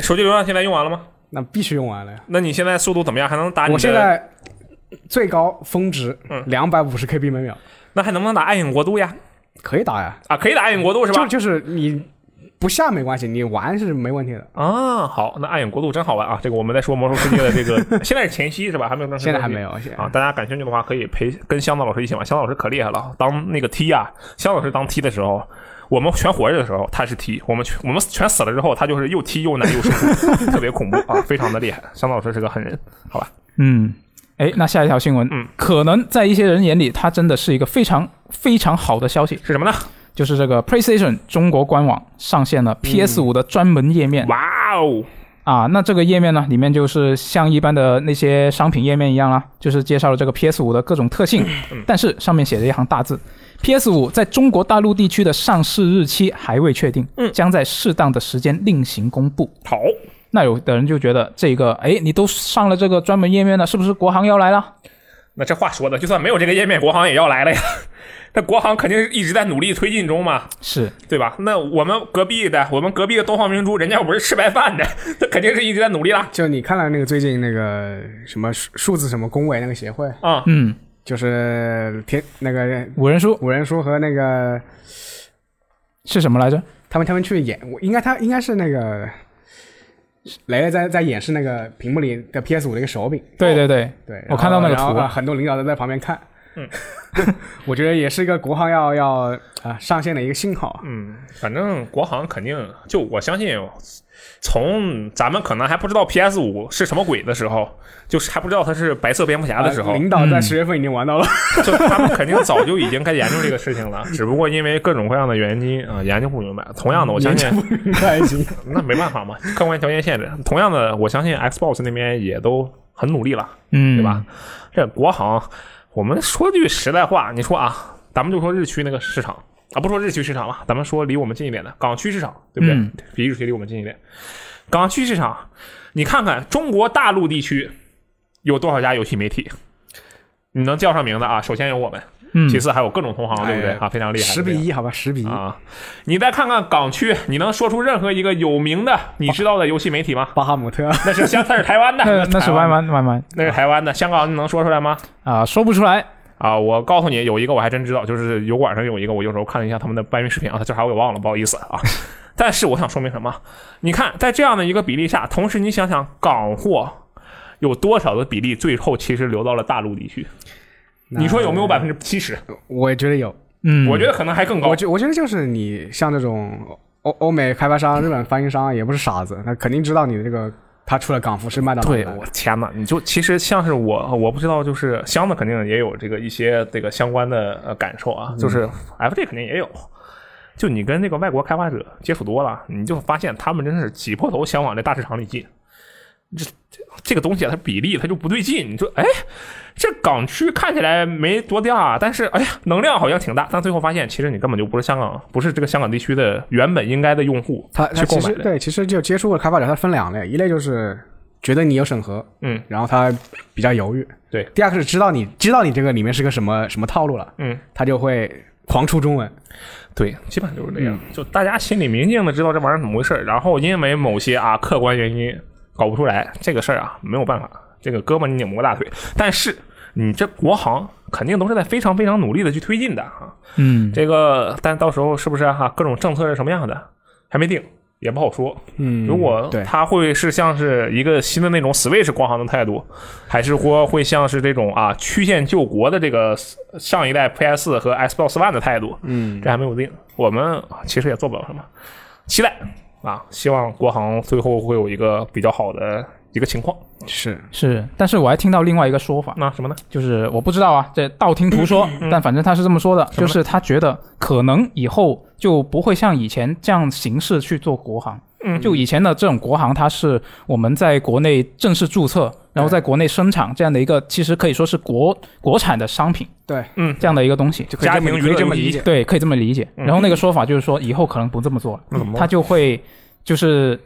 手机流量现在用完了吗？那必须用完了呀。那你现在速度怎么样？还能打你的？我现在最高峰值嗯两百五十 KB 每秒，那还能不能打暗影国度呀？可以打呀，啊，可以打暗影国度是吧？就就是你不下没关系，你玩是没问题的。啊，好，那暗影国度真好玩啊！这个我们在说魔兽世界的这 个，现在是前夕是吧？还没有正式，现在还没。有，现在啊，大家感兴趣的话，可以陪跟香子老师一起玩。香子老师可厉害了，当那个 T 啊，香子老师当 T 的时候，我们全活着的时候他是 T，我们全我们全死了之后，他就是又踢又难又受苦， 特别恐怖啊，非常的厉害。香子老师是个狠人，好吧？嗯，哎，那下一条新闻，嗯可能在一些人眼里，它真的是一个非常非常好的消息，是什么呢？就是这个 PlayStation 中国官网上线了 PS 5的专门页面、嗯哇哦，啊。那这个页面呢，里面就是像一般的那些商品页面一样啦，就是介绍了这个 PS 5的各种特性，嗯但是上面写着一行大字：PS 5在中国大陆地区的上市日期还未确定，嗯将在适当的时间另行公布。好，那有的人就觉得这个，哎，你都上了这个专门页面了，是不是国行要来了？那这话说的，就算没有这个页面，国行也要来了呀。 那国行肯定是一直在努力推进中嘛，是，对吧？那我们隔壁的，我们隔壁的东方明珠，人家又不是吃白饭的， 他肯定是一直在努力啦。就你看了那个最近那个什么数数字什么工委那个协会，啊、嗯，就是天那个五人书五人书和那个是什么来着？他们他们去演，我应该他应该是那个雷雷在在演示那个屏幕里的 PS 五的一个手柄，对对对，对，我看到那个然后图然后很多领导都在旁边看，嗯， 我觉得也是一个国行要要啊、上线的一个信号，嗯，反正国行肯定就我相信，从咱们可能还不知道 PS 五是什么鬼的时候，就是还不知道它是白色蝙蝠侠的时候，领导在嗯十月份已经玩到了，就他们肯定早就已经该研究这个事情了，只不过因为各种各样的原因啊、研究不明白。同样的，我相信开心， 那没办法嘛，客观条件限制。同样的，我相信 Xbox 那边也都很努力了。嗯，对吧？？这国行，我们说句实在话，你说啊，咱们就说日区那个市场啊，不说日区市场了，咱们说离我们近一点的港区市场，对不对？嗯比日区离我们近一点，港区市场，你看看中国大陆地区有多少家游戏媒体？你能叫上名字啊？首先有我们，嗯其次还有各种同行，对不对哎啊？非常厉害，十对不比对一，好吧，十比一，啊！你再看看港区，你能说出任何一个有名的你知道的游戏媒体吗？巴哈姆特，那是香，那是台湾的， 那那台是湾慢的，慢慢慢那是台湾的。香港你能说出来吗？啊，说不出来。啊，我告诉你，有一个我还真知道，就是油管上有一个，我有时候看了一下他们的搬运视频啊，这还我给忘了，不好意思啊。但是我想说明什么？你看，在这样的一个比例下，同时你想想港货有多少的比例最后其实流到了大陆地区？你说有没有百分之七十？我觉得有，嗯，我觉得可能还更高我。觉我觉得就是你像这种欧欧美开发商、日本翻译商也不是傻子，那肯定知道你的这个他出了港服是卖到哪里对，来的我天哪！你就其实像是我，我不知道，就是箱子肯定也有这个一些这个相关的呃感受啊，就是嗯 FJ 肯定也有。就你跟那个外国开发者接触多了，你就发现他们真是挤破头想往这大市场里进。这这个东西啊它比例它就不对劲。你说，哎，这港区看起来没多大，但是哎呀，能量好像挺大，但最后发现其实你根本就不是香港，不是这个香港地区的原本应该的用户他他去购其买实的。对，其实就接触过的开发者，他分两类，一类就是觉得你有审核，嗯，然后他比较犹豫，对第二个是知道你知道你这个里面是个什么什么套路了，嗯，他就会狂出中文，对，基本上嗯就是这样，就大家心里明镜的知道这玩意儿怎么回事儿，然后因为某些啊客观原因，搞不出来这个事儿啊，没有办法，这个胳膊你拧不过大腿。但是你这国行肯定都是在非常非常努力的去推进的啊。嗯，这个，但到时候是不是哈、各种政策是什么样的还没定，也不好说。嗯如果对它会是像是一个新的那种 Switch 光行的态度，还是说会像是这种啊曲线救国的这个上一代 PS 和 Xbox One 的态度，嗯，这还没有定。我们其实也做不了什么，期待啊，希望国行最后会有一个比较好的一个情况。是是，但是我还听到另外一个说法，那什么呢？就是我不知道啊，这道听途说，嗯但反正他是这么说的，就是他觉得可能以后就不会像以前这样形式去做国行。嗯就以前的这种国行，它是我们在国内正式注册，然后在国内生产这样的一个，其实可以说是国国产的商品对，嗯，这样的一个东西。就可以这么家庭娱乐可以这一么理体解，对，可以这么理解。然后那个说法就是说，以后可能不这么做了，那怎么它就会就是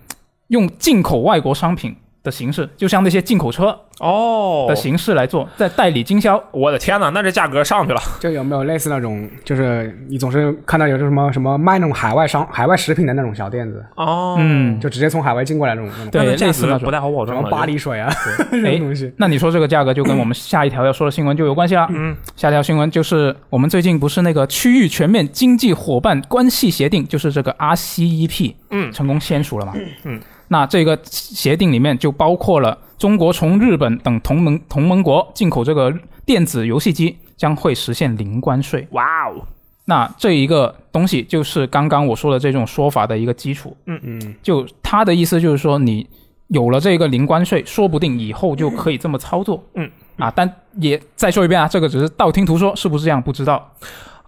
用进口外国商品的形式，就像那些进口车哦的形式来做，在代理经销。我的天呐，那这价格上去了。就有没有类似那种，就是你总是看到有这什么什么卖那种海外商、海外食品的那种小店子，哦嗯，就直接从海外进过来那种那种对那价类似那格种不太好保什证了。哎么巴黎水啊这哎种东西。那你说这个价格就跟我们下一条要说的新闻就有关系了。嗯，下一条新闻就是我们最近不是那个区域全面经济伙伴关系协定，就是这个 RCEP，嗯成功签署了嘛？嗯，那这个协定里面就包括了中国从日本等同盟同盟国进口这个电子游戏机将会实现零关税。哇哦，那这一个东西就是刚刚我说的这种说法的一个基础。嗯，就他的意思就是说，你有了这个零关税，说不定以后就可以这么操作。嗯，啊，但也再说一遍啊，这个只是道听途说，是不是这样不知道。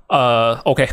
呃，OK，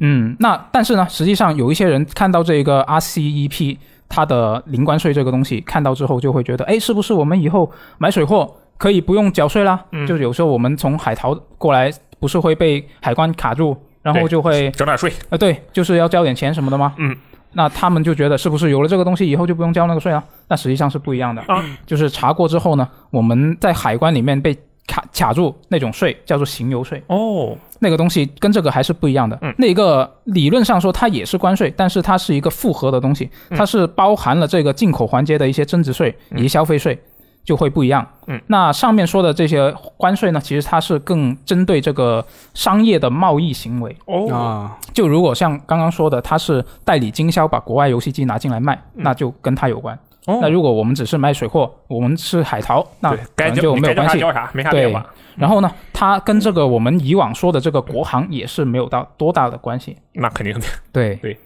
嗯，那但是呢，实际上有一些人看到这个 RCEP 它的零关税这个东西，看到之后就会觉得，哎，是不是我们以后买水货可以不用缴税啦？嗯就是有时候我们从海淘过来，不是会被海关卡住，然后对就会整点税。呃，对，就是要交点钱什么的吗？嗯，那他们就觉得是不是有了这个东西以后就不用交那个税了？那实际上是不一样的啊。就是查过之后呢，我们在海关里面被卡卡住那种税叫做行邮税，哦，那个东西跟这个还是不一样的。嗯那个理论上说它也是关税，但是它是一个复合的东西，嗯它是包含了这个进口环节的一些增值税以及消费税。就会不一样。嗯，那上面说的这些关税呢，其实它是更针对这个商业的贸易行为。哦，啊，就如果像刚刚说的，他是代理经销把国外游戏机拿进来卖，嗯那就跟他有关。哦那如果我们只是卖水货，我们是海淘，那对可该能交就你该交没有关啥系。交啥，没啥对变化。然后呢，它跟这个我们以往说的这个国行也是没有到多大的关系。那肯定的，对对。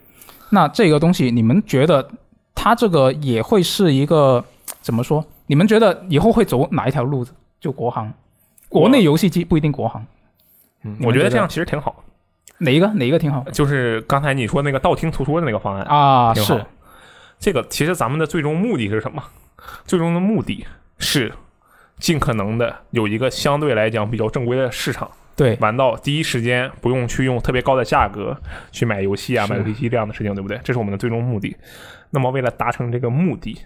那这个东西，你们觉得它这个也会是一个怎么说？你们觉得以后会走哪一条路子？就国行，国内游戏机不一定国行，你们我觉觉得这得样其实挺好。哪一个哪一个挺好就是刚才你说那个道听途说的那个方案，啊？挺好是，这个其实咱们的最终目的是什么？ 最终的目的是尽可能的有一个相对来讲比较正规的市场，对，玩到第一时间不用去用特别高的价格去买游戏啊、是买游戏机这样的事情，对不对？这是我们的最终目的。那么为了达成这个目的，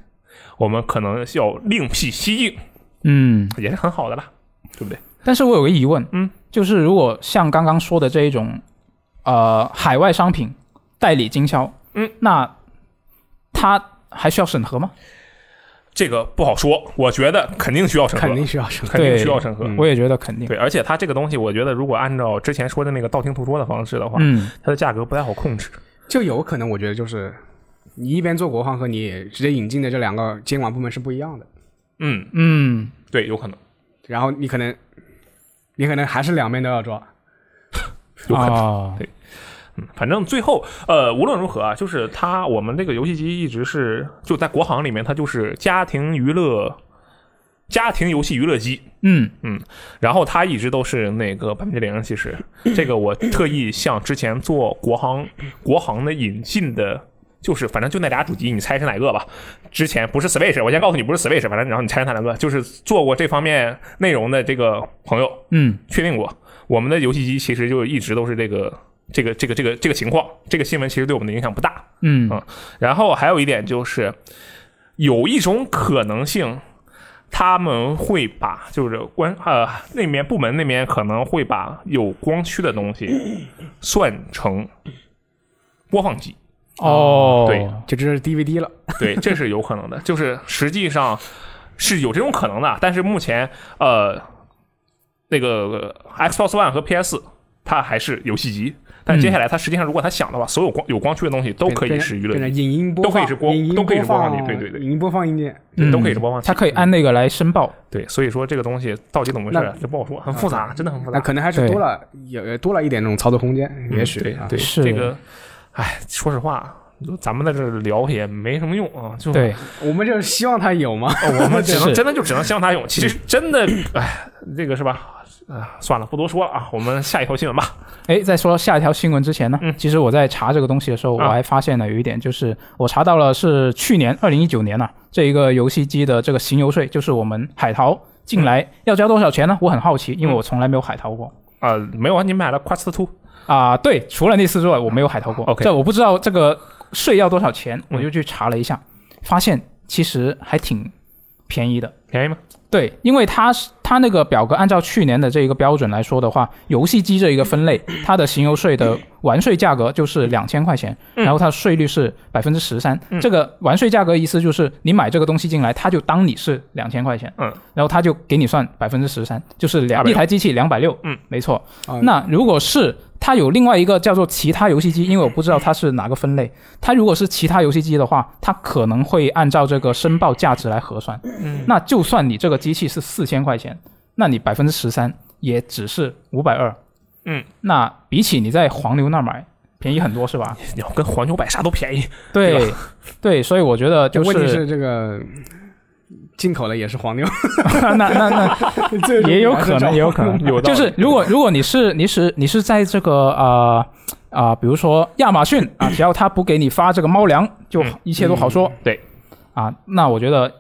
我们可能要另辟蹊径，嗯。也是很好的啦，对不对？但是我有个疑问，嗯，就是如果像刚刚说的这一种，呃，海外商品代理经销，嗯，那它还需要审核吗？这个不好说，我觉得肯定需要审核，肯定需要审核。肯定对需要审核。嗯我也觉得肯定，对，而且它这个东西，我觉得如果按照之前说的那个道听途说的方式的话，嗯，它的价格不太好控制。就有可能，我觉得就是你一边做国行和你直接引进的这两个监管部门是不一样的，嗯，嗯，对，有可能，然后你可能你可能还是两边都要抓。有可能。啊对嗯反正最后，呃，无论如何啊，就是它，我们这个游戏机一直是就在国行里面，它就是家庭娱乐、家庭游戏娱乐机。嗯，然后它一直都是那个百分之零，其实这个我特意向之前做国行国行的引进的，就是反正就那俩主机，你猜是哪个吧？之前不是 Switch，我先告诉你不是 Switch，反正然后你猜是哪两个，就是做过这方面内容的这个朋友嗯，确定过，我们的游戏机其实就一直都是这个这个这个这个这个情况，这个新闻其实对我们的影响不大。嗯，嗯然后还有一点就是，有一种可能性，他们会把就是关呃那边部门那边可能会把有光驱的东西算成播放机，哦，对就这是 DVD 了。 对，这是有可能的，就是实际上是有这种可能的，但是目前呃，那个呃 Xbox One 和 PS 它还是游戏机，但接下来它实际上如果它想的话，所有光有光驱的东西都可以变是娱乐变成机，影音播都可以放是播影音都可以是播放放的对对对影音播放硬件。对嗯都可以是播放器。它可以按那个来申报。对，所以说这个东西到底怎么回事，这不好说，很复杂，真的很复那杂。可能还是对嗯多了，也也多了一点那种操作空间，也许对啊。对，是这个，哎，说实话。咱们在这儿聊也没什么用啊，就对，我们就是希望它有嘛。哦我们只能是真的就只能希望他用。其实真的，哎，这个是吧？啊，算了，不多说了啊，我们下一条新闻吧。哎，在说下一条新闻之前呢，其实我在查这个东西的时候，我嗯啊还发现了有一点，就是我查到了是去年二零一九年呐、这一个游戏机的这个行邮税，就是我们海淘进嗯来要交多少钱呢？我很好奇，因为我从来没有海淘过。啊、没有啊，你买了 Quest Two，啊、对，除了那次之外，我没有海淘过。啊 OK 嗯这我不知道这个税要多少钱，我就去查了一下，发现其实还挺便宜的。便宜吗？ 对，因为它是它那个表格按照去年的这一个标准来说的话，游戏机这一个分类，嗯它的行邮税的完税价格就是两千块钱，嗯然后它的税率是百分之十三。这个完税价格意思就是你买这个东西进来，它就当你是两千块钱，嗯，然后它就给你算百分之十三，就是两260一台机器两百六，嗯，没错啊。那如果是它有另外一个叫做其他游戏机，因为我不知道它是哪个分类，它如果是其他游戏机的话，它可能会按照这个申报价值来核算。那就算你这个机器是四千块钱，那你百分之十三也只是五百二。嗯，那比起你在黄牛那儿买，便宜很多是吧？你要跟黄牛百啥都便宜，对对对，所以我觉 得就问题是是这个进口的也是黄牛， 那那那这 也有可能，也有可能 有道就理是如果如果你是你是你是在这个呃啊、比如说亚马逊啊，只要他不给你发这个猫粮，就嗯一切都好说。对啊，那我觉得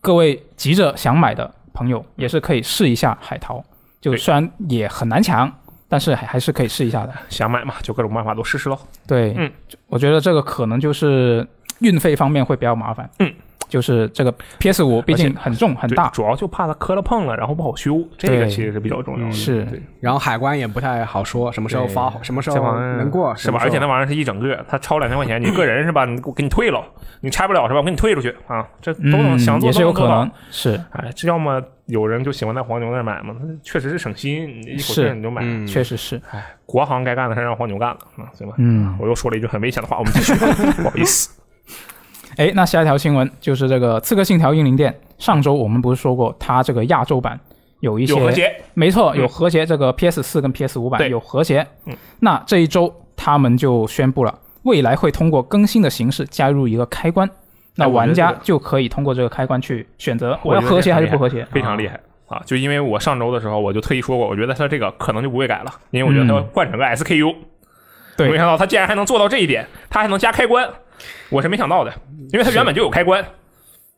各位急着想买的朋友也是可以试一下海淘，就对虽然也很难抢，但是还还是可以试一下的。想买嘛，就各种办法都试试喽。对，嗯，我觉得这个可能就是运费方面会比较麻烦。嗯，就是这个 PS 五毕竟很重很对大，主要就怕它磕了碰了，然后不好修，这个对嗯其实是比较重要的。是对， 然后海关也不太好说，什么时候对发，什么时这玩候意儿能过，是吧？而且那呢，玩意儿是一整个，它超两千块钱，你个人是吧？你给我给你退了，你拆不了是吧？我给你退出去啊，这都能嗯想做也是都有做可到能。是，哎，这要么有人就喜欢在黄牛那儿买嘛，那确实是省心，你一口气是儿你就买。嗯，确实是，国行该干的事儿让黄牛干了，嗯，行吧。嗯，我又说了一句很危险的话，我们继 续，不好意思。哎，那下一条新闻就是这个《刺客信条：英灵殿》。上周我们不是说过，它这个亚洲版有一些有和谐，没错，嗯有和谐，这个 PS 四跟 PS 五版对有和谐。嗯，那这一周他们就宣布了，未来会通过更新的形式加入一个开关，那哎我觉得玩家这个就可以通过这个开关去选择我我要觉得和谐这还很是不和谐。非常厉害啊！就因为我上周的时候我就特意说过，我觉得他这个可能就不会改了，因为我觉得他嗯换成个 SKU。对没想到他竟然还能做到这一点，他还能加开关，我是没想到的，因为他原本就有开关。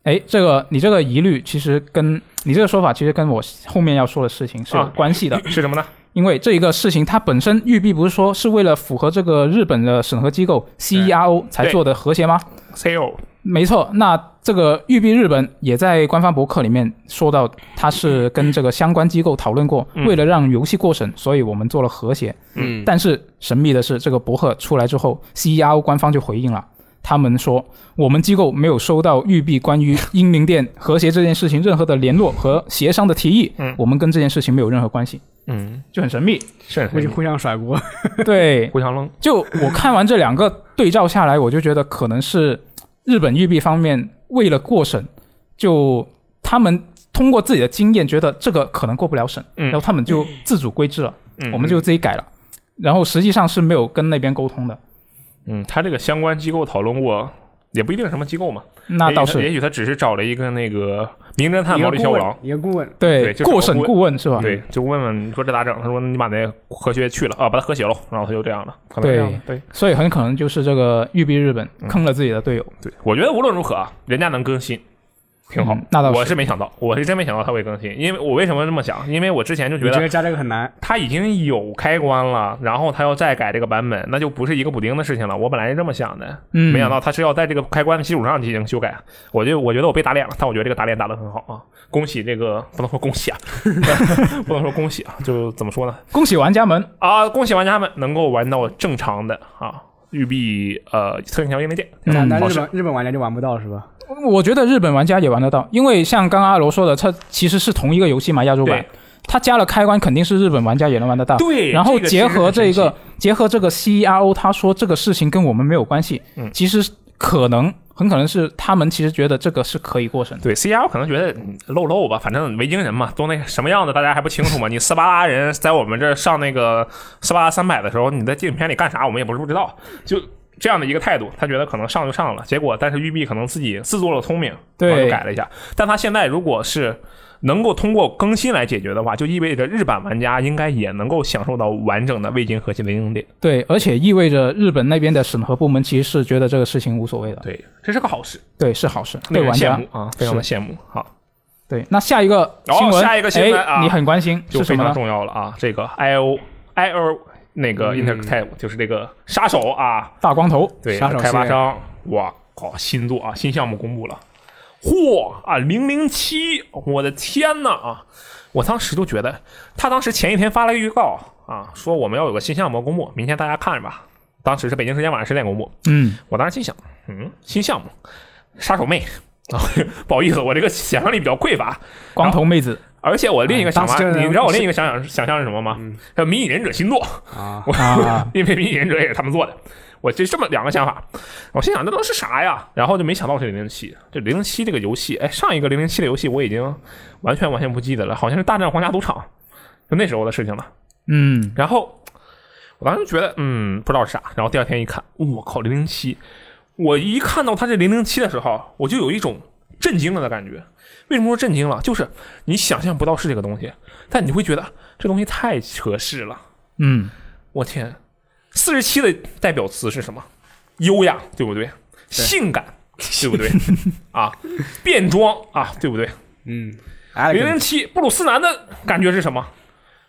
哎，这个你这个疑虑其实跟你这个说法其实跟我后面要说的事情是有啊关系的，是什么呢？因为这一个事情它本身育碧不是说是为了符合这个日本的审核机构 CERO 才对做的和谐吗？ sale 没错，那这个育碧日本也在官方博客里面说到，它是跟这个相关机构讨论过，嗯为了让游戏过审，所以我们做了和谐。嗯，但是神秘的是，这个博客出来之后，CERO 官方就回应了，他们说我们机构没有收到育碧关于英灵殿和谐这件事情任何的联络和协商的提议，嗯我们跟这件事情没有任何关系，嗯，就很神秘。是互互相甩锅，对，互相扔。就我看完这两个对照下来，我就觉得可能是日本育碧方面为了过审，就他们通过自己的经验觉得这个可能过不了审，嗯然后他们就自主规制了，嗯我们就自己改了，然后实际上是没有跟那边沟通的，嗯，他这个相关机构讨论过，也不一定是什么机构嘛。那倒也许他也是许他只是找了一个那个名侦 探一毛个利小顾五问郎，，一个顾问，对对就是过审顾问是吧？对，就问问说这咋整？他说你把那和谐去了啊，把它和谐了，然后他就这样了，可能对这样的对所以很可能就是这个育碧日本嗯坑了自己的队友，对，我觉得无论如何啊，人家能更新。挺好嗯，那倒是我是没想到，我是真没想到他会更新，因为我为什么这么想？因为我之前就你觉觉得得加这个很难？他已经有开关了，然后他要再改这个版本，那就不是一个补丁的事情了。我本来是这么想的，嗯没想到他是要在这个开关的基础上进行修改。啊我就我觉得我被打脸了，但我觉得这个打脸打得很好啊！恭喜这个不能说恭喜啊， 不能说恭嗯喜啊，就怎么说呢？恭喜玩家们，啊，恭喜玩家们能够玩到正常的啊育碧呃侧面条页面店。那嗯那好日事本日本玩家就玩不到是吧？我觉得日本玩家也玩得到，因为像刚刚阿罗说的，它其实是同一个游戏嘛，亚洲版对，它加了开关，肯定是日本玩家也能玩得到。对然后结合这个个，结合这个 CRO，他说这个事情跟我们没有关系，嗯其实可能很可能是他们其实觉得这个是可以过审的。对 C R 可能觉得嗯漏漏吧，反正维京人嘛，都那什么样子，大家还不清楚吗？你斯巴达人在我们这儿上那个斯巴达三百的时候，你在纪录片里干啥，我们也不是不知道，就这样的一个态度，他觉得可能上就上了，结果但是育碧可能自己自作了聪明，对然后就改了一下，但他现在如果是。能够通过更新来解决的话，就意味着日版玩家应该也能够享受到完整的未经核心的应用点。对，而且意味着日本那边的审核部门其实是觉得这个事情无所谓的。对，这是个好事，对，是好事，令对人玩羡家慕。啊，非常的羡慕。好，对，那下一个哦新闻，下一个新闻哎啊你很关心就是什非么常呢？重要了啊！这个 I O I O 那个 Interactive、就是这个杀手啊，大光头，对杀手开发系列商，哇靠，新作啊，新项目公布了，嚯啊，零零七，我的天呐啊！我当时就觉得，他当时前一天发了个预告啊，说我们要有个新项目公布，明天大家看着吧。当时是北京时间晚上十点公布，嗯，我当时心想，嗯，新项目，杀手妹 啊，不好意思，我这个想象力比较匮乏，光头妹子而且我另一个想法哎当，时嗯你知道我另一个想想想象是什么吗？叫《迷你忍者星座》，啊，啊 因为《迷你忍者》也是他们做的。我这这么两个想法，我心想这都是啥呀？然后就没想到是零零七。这零零七这个游戏，哎，上一个零零七的游戏我已经完全完全不记得了，好像是《大战皇家赌场》，就那时候的事情了。嗯，然后我当时觉得，嗯，不知道是啥。然后第二天一看，我靠，零零七！我一看到它这零零七的时候，我就有一种震惊了的感觉。为什么说震惊了？就是你想象不到是这个东西，但你会觉得这东西太合适了。嗯，我天，四十七的代表词是什么？优雅，对不对？性感，对不对？啊，变装啊，对不对？嗯，零零七布鲁斯南的感觉是什么？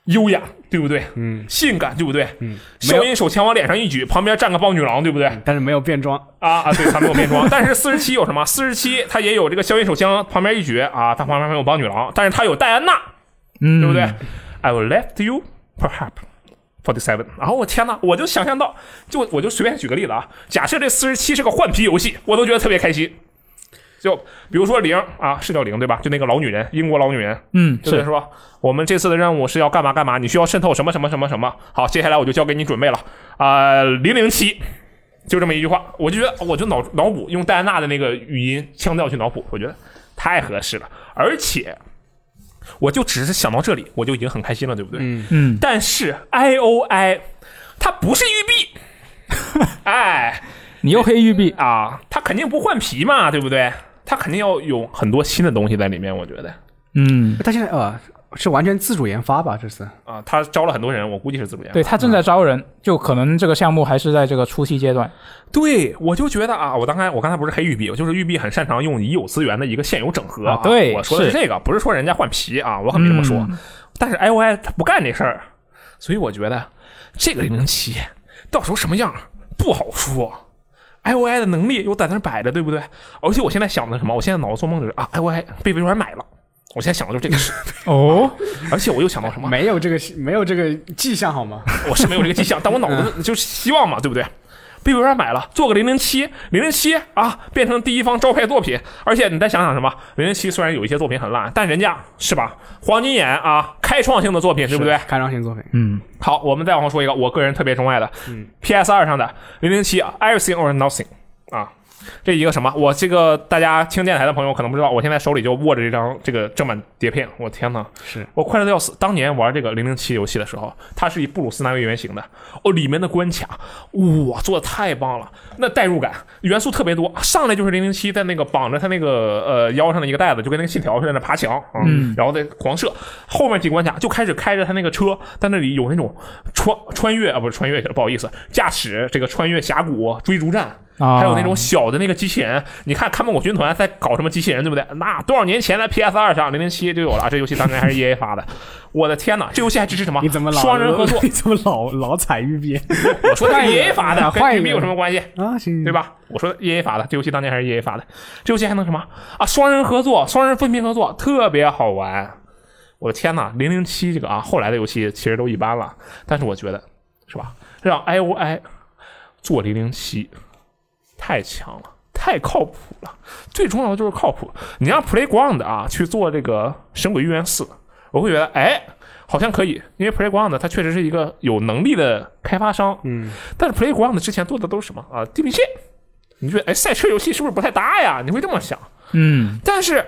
优雅，对不对？嗯，性感，对不对？嗯，没消有，嗯音手枪往脸上一举，旁边站个豹女郎，对不对？但是没有变装，啊啊，对，他没有变装。但是四十七有什么？四十七他也有这个消音手枪，旁边一举啊，他旁边没有豹女郎，但是他有戴安娜，嗯，对不对、？i will left you perhaps forty seven。然后我天哪，我就想象到，就我就随便举个例子啊，假设这四十七是个换皮游戏，我都觉得特别开心。就比如说零啊，是叫零对吧？就那个老女人，英国老女人，嗯，就是是，说我们这次的任务是要干嘛干嘛，你需要渗透什么什么什么什么。好，接下来我就交给你准备了啊，零零七，就这么一句话，我就觉得我就脑脑补用戴安娜的那个语音腔调去脑补，我觉得太合适了，而且我就只是想到这里，我就已经很开心了，对不对？嗯，嗯，但是 I O I 它不是育碧，哎你又黑玉碧，啊，它肯定不换皮嘛，对不对？它肯定要有很多新的东西在里面，我觉得。嗯，他现在呃是完全自主研发吧？这次啊，他招了很多人，我估计是自主研发。对他正在招人，就可能这个项目还是在这个初期阶段。对，我就觉得啊，我刚才我刚才不是黑育碧，我就是育碧很擅长用已有资源的一个现有整合、啊对我说的是是这个，不是说人家换皮啊，我可没这么说。嗯但是 I O I 他不干这事儿，所以我觉得这个零零七到时候什么样不好说。I O I 的能力又在那儿摆着，对不对？而且我现在想的是什么？我现在脑子做梦就是啊，I O I 被微软买了。我现在想的就是这个事，哦，而且我又想到什么？没有这个没有这个迹象好吗？我是没有这个迹象，但我脑嗯子就是希望嘛，对不对？被微软买了，做个零零七，零零七啊，变成第一方招牌作品。而且你再想想什么，零零七虽然有一些作品很烂，但人家是吧，黄金眼啊，开创性的作 品，对不对是？开创性作品，嗯，好，我们再往后说一个，我个人特别钟爱的，嗯 p s 二上的零零七，Everything or Nothing 啊，这一个什么？我这个大家听电台的朋友可能不知道，我现在手里就握着这张这个正版碟片，我天呐，是我快乐的要死。当年玩这个零零七游戏的时候，它是以布鲁斯南为原型的，哦，里面的关卡，哇，做的太棒了，那代入感，元素特别多，上来就是零零七在那个绑着他那个呃腰上的一个带子，就跟那个信条似的，那爬墙啊，嗯然后再狂射，后面几关卡就开始开着他那个车，在那里有那种穿穿越啊，不是穿越去了，不好意思，驾驶这个穿越峡谷追逐战，啊，还有那种小的那个机器人，你看看梦狗军团在搞什么机器人，对不对？那多少年前在 PS 二上零零七就有了，这游戏当年还是 EA 发的。我的天哪，这游戏还支持什么？你怎么老双人合作 ？你怎么老老踩玉碧我说的是 EA 发的，换一跟个 b 有什么关系？啊？行，对？吧？我说 E A 发的，这游戏当年还是 E A 发的，这游戏还能什么啊？双人合作，双人分屏合作，特别好玩。我的天呐，零零七这个啊，后来的游戏其实都一般了，但是我觉得是吧？让 I O I 做零零七太强了，太靠谱了。最重要的就是靠谱。你让 Playground 啊去做这个《神鬼预言四》，我会觉得哎，好像可以，因为 Playground 它确实是一个有能力的开发商。嗯，但是 Playground 之前做的都是什么啊？地平线。你觉得哎，赛车游戏是不是不太搭呀？你会这么想。嗯，但是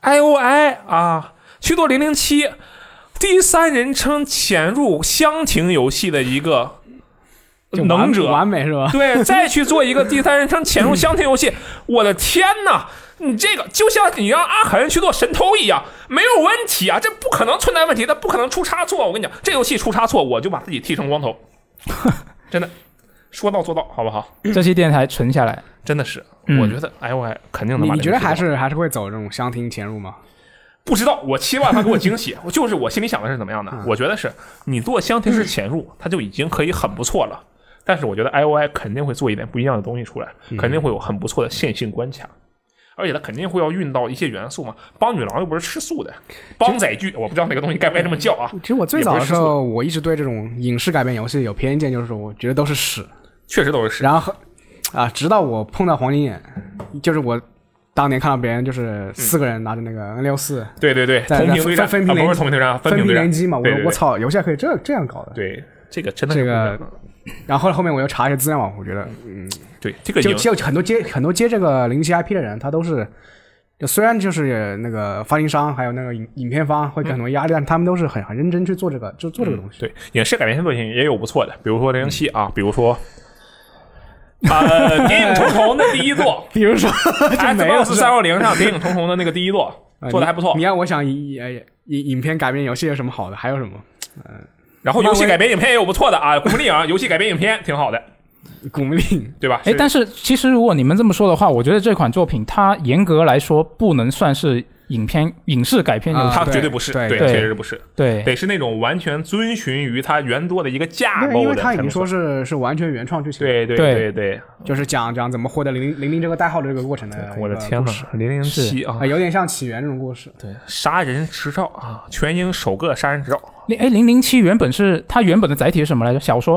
I O I 啊，去做零零七第三人称潜入箱庭游戏的一个就完能者，完美是吧？对，再去做一个第三人称潜入箱庭游戏，我的天呐，你这个就像你让阿肯去做神偷一样，没有问题啊，这不可能存在问题，它不可能出差错。我跟你讲，这游戏出差错，我就把自己剃成光头， 真的，说到做到，好不好？这期电台存下来，真的是，嗯我觉得，哎呦喂，肯定能你把你这觉个得做到还是还是会走这种相庭潜入吗？不知道，我期望他给我惊喜， 我就是我心里想的是怎么样的？嗯我觉得是你做箱庭式潜入，它就已经可以很不错了。但是我觉得 I O I 肯定会做一点不一样的东西出来，嗯肯定会有很不错的线性关卡，而且它肯定会要运到一些元素嘛。帮女郎又不是吃素的，帮载具我不知道那个东西该不该这么叫啊，其实我最也不是早的时吃素候，我一直对这种影视改编游戏有偏见，就是说我觉得都是屎。确实都是吃。然后啊，直到我碰到黄金眼，就是我当年看到别嗯人就是四个人拿着那个 N 六四对对对，在同屏对战，分分啊屏联不是同屏对战，分屏屏对战联机嘛，我对对说对我操，游戏还可以这这样搞的。对这个真的这是个不一样的然后后来后面我又查一些资料嘛，我觉得对这个就影就很多接很多接这个零七 IP 的人，他都是。就虽然就是那个发行商还有那个影影片方会给很多压力，但他们都是很很认真去做这个，就做这个东西。对，影视改编作品也有不错的，比如说《零零七》嗯啊，比如 说。呃，谍影重重的第一作比如说， 就没有，Xbox 三六零上《谍影重重》的那个第一作呃 做的还不错你。你让我想影影影片改编游戏有什么好的？还有什么？然后游戏改编影片也有不错的啊，《古墓丽影》游戏改编影片挺好的，古墓丽影对吧？哎，但是是其实如果你们这么说的话，我觉得这款作品它严格来说不能算是影片影视改编游戏，啊它对绝对不是，对对，对确实是不是，对得是那种完全遵循于它原作的一个架对，因构为的他才已能经说算。是是完全原创剧情，，对对对对对，就是讲讲怎么获得零零零这个代号的这个过程的。我的天呐呐，，零零七啊啊，，有点像起源这种故事。啊对，杀人执照啊，全英首个杀人执照。零哎零零七原本是它原本的载体是什么来着？小说？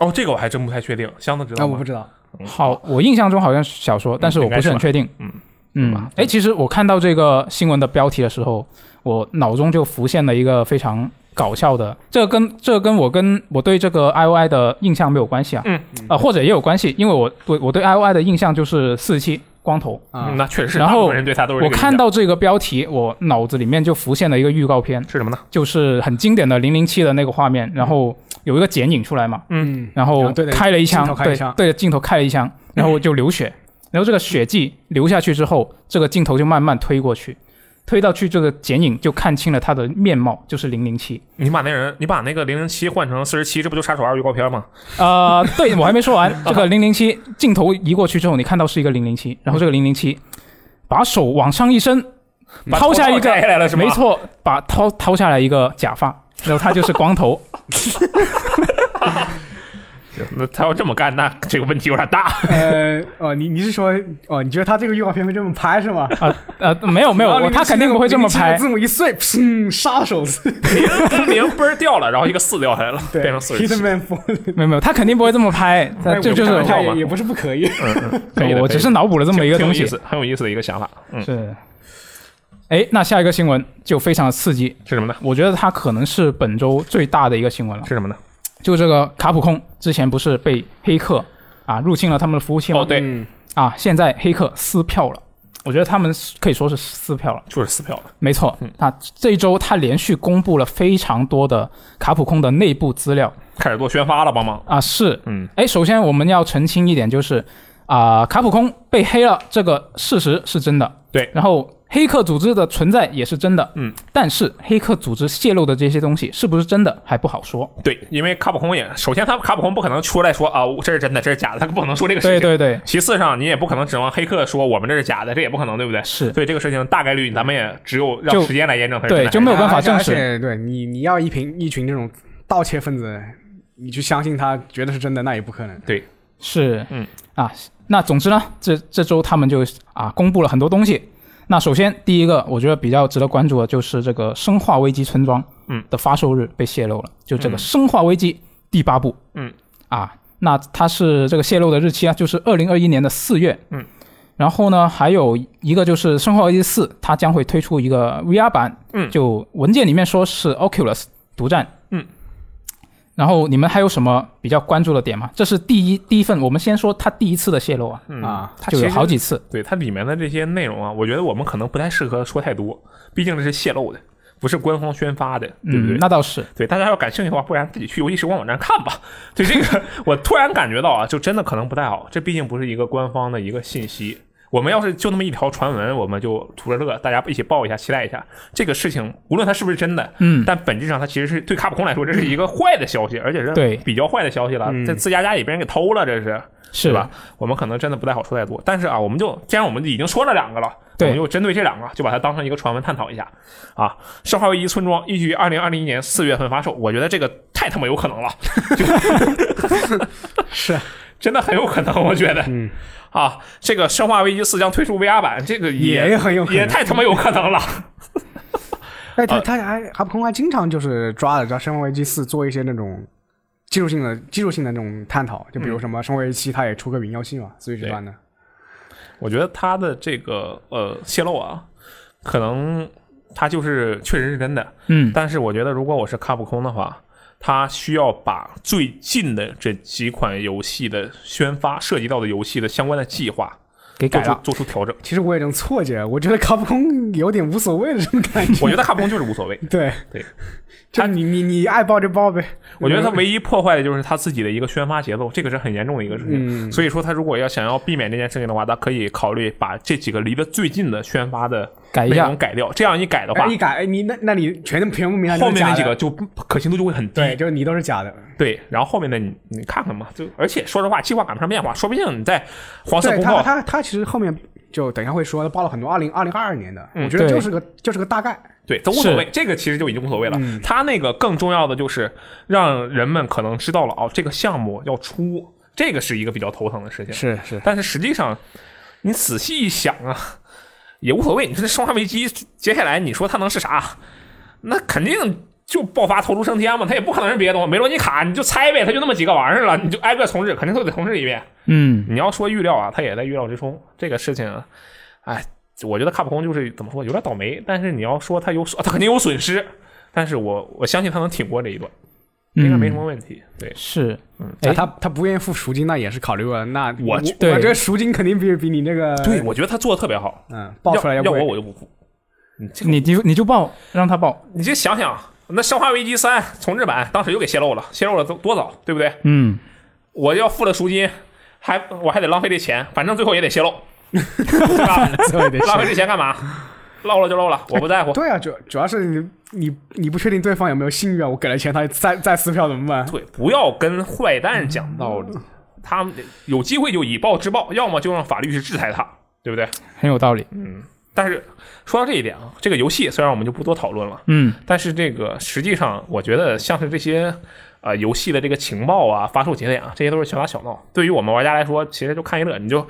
哦，这个我还真不太确定，箱子知啊，道我吗不？知道，好，我印象中好像是小说，但是我不是很确定。嗯嗯，哎，其实我看到这个新闻的标题的时候，我脑中就浮现了一个非常搞笑的，这个跟这个跟我跟我对这个 I O I 的印象没有关系啊，嗯啊、或者也有关系，因为我对我对 I O I 的印象就是四十七光头。啊嗯那确实是，然大部后分人对他都是这我个印看象到这个标题，我脑子里面就浮现了一个预告片，是什么呢？就是很经典的零零七的那个画面，然后有一个剪影出来嘛，嗯，然后啊对对开了一镜枪头，开一对枪对着镜头开了一枪，然后就流血，然后这个血迹流下去之后，这个镜头就慢慢推过去，推到去这个剪影就看清了他的面貌，就是零零七。你把那人，你把那个零零七换成四十七，这不就杀手二预告片吗？呃，对我还没说 完，这个零零七镜头移过去之后，你看到是一个零零七，然后这个零零七把手往上一伸，把掏下一头套摘下个，来了是吗？没，错，把掏掏下来一个假发，然后他就是光头。那他要这么干，那这个问题有点 大。呃，哦，你你是说，哦，你觉得他这个预告片会这么拍是吗？啊呃，没有没有，然后我他肯定不会这么007的拍字。母一碎，砰，杀手四，零零嘣儿掉了，然后一个四掉下来了，对变成四十七。 ，Hitman Four，没有没有，他肯定不会这么拍，他哎这我就是开玩笑好吧也也不是不可以。嗯 可以的我可以只是脑补了这么一个挺有东意西。思，很有意思的一个想法。 嗯，是，哎，那下一个新闻就非常的刺激，是什么呢？我觉得它可能是本周最大的一个新闻了。是什么呢？就这个卡普空之前不是被黑客啊入侵了他们的服务器吗？哦，对，嗯，啊，现在黑客撕票了。我觉得他们可以说是撕票了，就是撕票了。没错。嗯那这一周他连续公布了非常多的卡普空的内部资料开始做宣发了，帮忙。啊，是嗯，哎，首先我们要澄清一点，就是啊、卡普空被黑了这个事实是真的，对然后黑客组织的存在也是真的，嗯，但是黑客组织泄露的这些东西是不是真的还不好说。对，因为卡普空也，首先他卡普空不可能出来说啊，我这是真的，这是假的，他不可能说这个事情。对对对，其次上，你也不可能指望黑客说我们这是假的，这也不可能，对不对？是所以这个事情大概率咱们也只有让就时间来验证它是真的对还是就没有办法而且证实而且对你，你要一群一群这种盗窃分子，你去相信他觉得是真的，那也不可能。是，嗯啊，那总之呢，这这周他们就啊公布了很多东西。那首先第一个，我觉得比较值得关注的就是这个《生化危机村庄》嗯的发售日被泄露了，就这个嗯《生化危机》第八部，嗯啊，那它是这个泄露的日期啊，就是二零二一年的四月。嗯。然后呢，还有一个就是《生化危机四》，它将会推出一个 VR 版。嗯就文件里面说是 Oculus 独占。嗯。然后你们还有什么比较关注的点吗？这是第一第一份，我们先说它第一次的泄露啊，嗯啊它就其有实好几次。对它里面的这些内容啊，我觉得我们可能不太适合说太多，毕竟这是泄露的，不是官方宣发的，对不对？嗯，那倒是。对大家要感兴趣的话，不然自己去游戏时光网站看吧。对这个，我突然感觉到啊，就真的可能不太好，这毕竟不是一个官方的一个信息。我们要是就那么一条传闻，我们就图着乐，大家一起报一下，期待一下这个事情，无论它是不是真的，嗯，但本质上它其实是对卡普空来说，这是一个坏的消息，而且是对比较坏的消息了，嗯在自家家里被人给偷了，这是。是对吧？？我们可能真的不太好说太多，但是啊，我们就既然我们已经说了两个了，对我们就针对这两个，就把它当成一个传闻探讨一下啊。《生化危机：村庄》预计二零二零年四月份发售，我觉得这个太他妈有可能了，是真的很有可能，我觉得。嗯啊，这个《生化危机四》将推出 VR 版，这个也也很有可也能。太他妈有可能了。哎，他呃他还卡普空还经常就是抓了抓《生化危机四》做一些那种技术性的技术性的那种探讨，就比如什么《生化危机七》，它也出个云游戏嘛，Switch 嗯对端的。我觉得它的这个呃泄露啊，可能它就是确实是真的，嗯，但是我觉得，如果我是卡普空的话，他需要把最近的这几款游戏的宣发涉及到的游戏的相关的计划给做改出了。做出调整。其实我有一种错觉，我觉得卡普空有点无所谓的这种感觉。我觉得卡普空就是无所谓，对对，就你你你爱报就报呗。我觉得他唯一破坏的就是他自己的一个宣发节奏，这个是很严重的一个事情。嗯所以说，他如果要想要避免这件事情的话，他可以考虑把这几个离得最近的宣发的改一内下容改掉。这样一改的话哎，一，改哎你那那你全全部名单都后是面假那几的个就可信度就会很低。对，就是你都是假的。对，然后后面的你你看看嘛，就而且说实话，计划赶不上变化，说不定你在黄色对公他告他他其实后面就等一下会说，他报了很多二零二零二二年的，嗯我觉得对就是个就是个大概。对，都无所谓，这个其实就已经无所谓了。嗯他那个更重要的就是让人们可能知道了哦，这个项目要出，这个是一个比较头疼的事情。是是，但是实际上，你仔细一想啊， 也无所谓。你说这《生化危机》接下来你说它能是啥？那肯定就爆发投出升天嘛，它也不可能是别的东西。梅罗尼卡你就猜呗，它就那么几个玩意儿了，你就挨个重置，肯定都得重置一遍。嗯，你要说预料啊，他也在预料之中。这个事情啊，哎，我觉得卡普空就是怎么说，有点倒霉。但是你要说他有，损，啊他肯定有损失。但是我我相信他能挺过这一段，应该没什么问题。对，嗯是，哎，哎他他不愿意付赎金，那也是考虑了。那我我觉对我这赎金肯定比比你那个对，我觉得他做的特别好。嗯报出来要贵要我我就不服。你这你就你就报，让他报。你这想想，那《生化危机三》重置版当时就给泄露了，泄露了多多早，对不对？嗯，我要付了赎金，还我还得浪费这钱，反正最后也得泄 露，对吧？最后也得 浪是。费这钱干嘛？ 漏了就漏了，我不在乎。对啊，主主要是你你你不确定对方有没有信誉啊，我给了钱，他再再撕票怎么办？对，不要跟坏蛋讲道理，他们有机会就以暴制暴，要么就让法律去制裁他，对不对？很有道理。但是说到这一点啊，这个游戏虽然我们就不多讨论了，嗯，但是这个实际上我觉得像是这些呃游戏的这个情报啊、发售节点啊，这些都是小打小闹。对于我们玩家来说，其实就看一乐，你就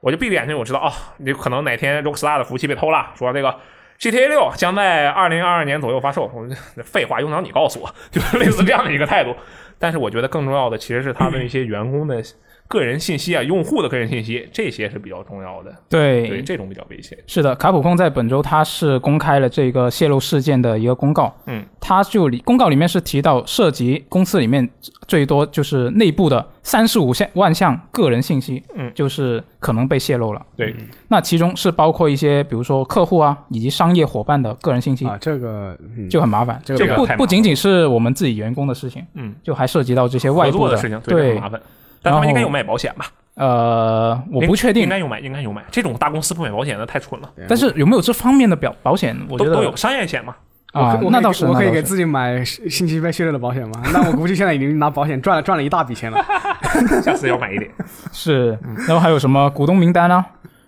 我就闭着眼睛我知道哦，你可能哪天 Rockstar 的服务器被偷了，说这个。GTA 六将在二零二二年左右发售，我就废话用得着你告诉我，就是类似这样的一个态度。但是我觉得更重要的其实是他们一些员工的个人信息啊、用户的个人信息，这些是比较重要的。对，对，这种比较危险。是的，卡普空在本周它是公开了这个泄露事件的一个公告。嗯，它就里公告里面是提到涉及公司里面最多就是内部的三十五项万项个人信息，嗯就是可能被泄露了。对，那其中是包括一些比如说客户啊以及商业伙伴的个人信息，啊，这个嗯就很麻烦。这个这就个不太麻烦不仅仅是我们自己员工的事情，嗯，就还涉及到这些外合部作的事情，这对很麻，烦。但他然们后应该有买保险吧？呃，我应不确定哎应该有买，应该有买。这种大公司不买保险的太蠢了，但是有没有这方面的表保险？我觉都得都有商业 险嘛。啊我可，我那可以倒是，我可以那给倒是自己买信息被泄露的保险吗？那我估计现在已经拿保险赚了赚了一大笔钱了。下次要买一 点。是，嗯然后还有什么股东名单啊，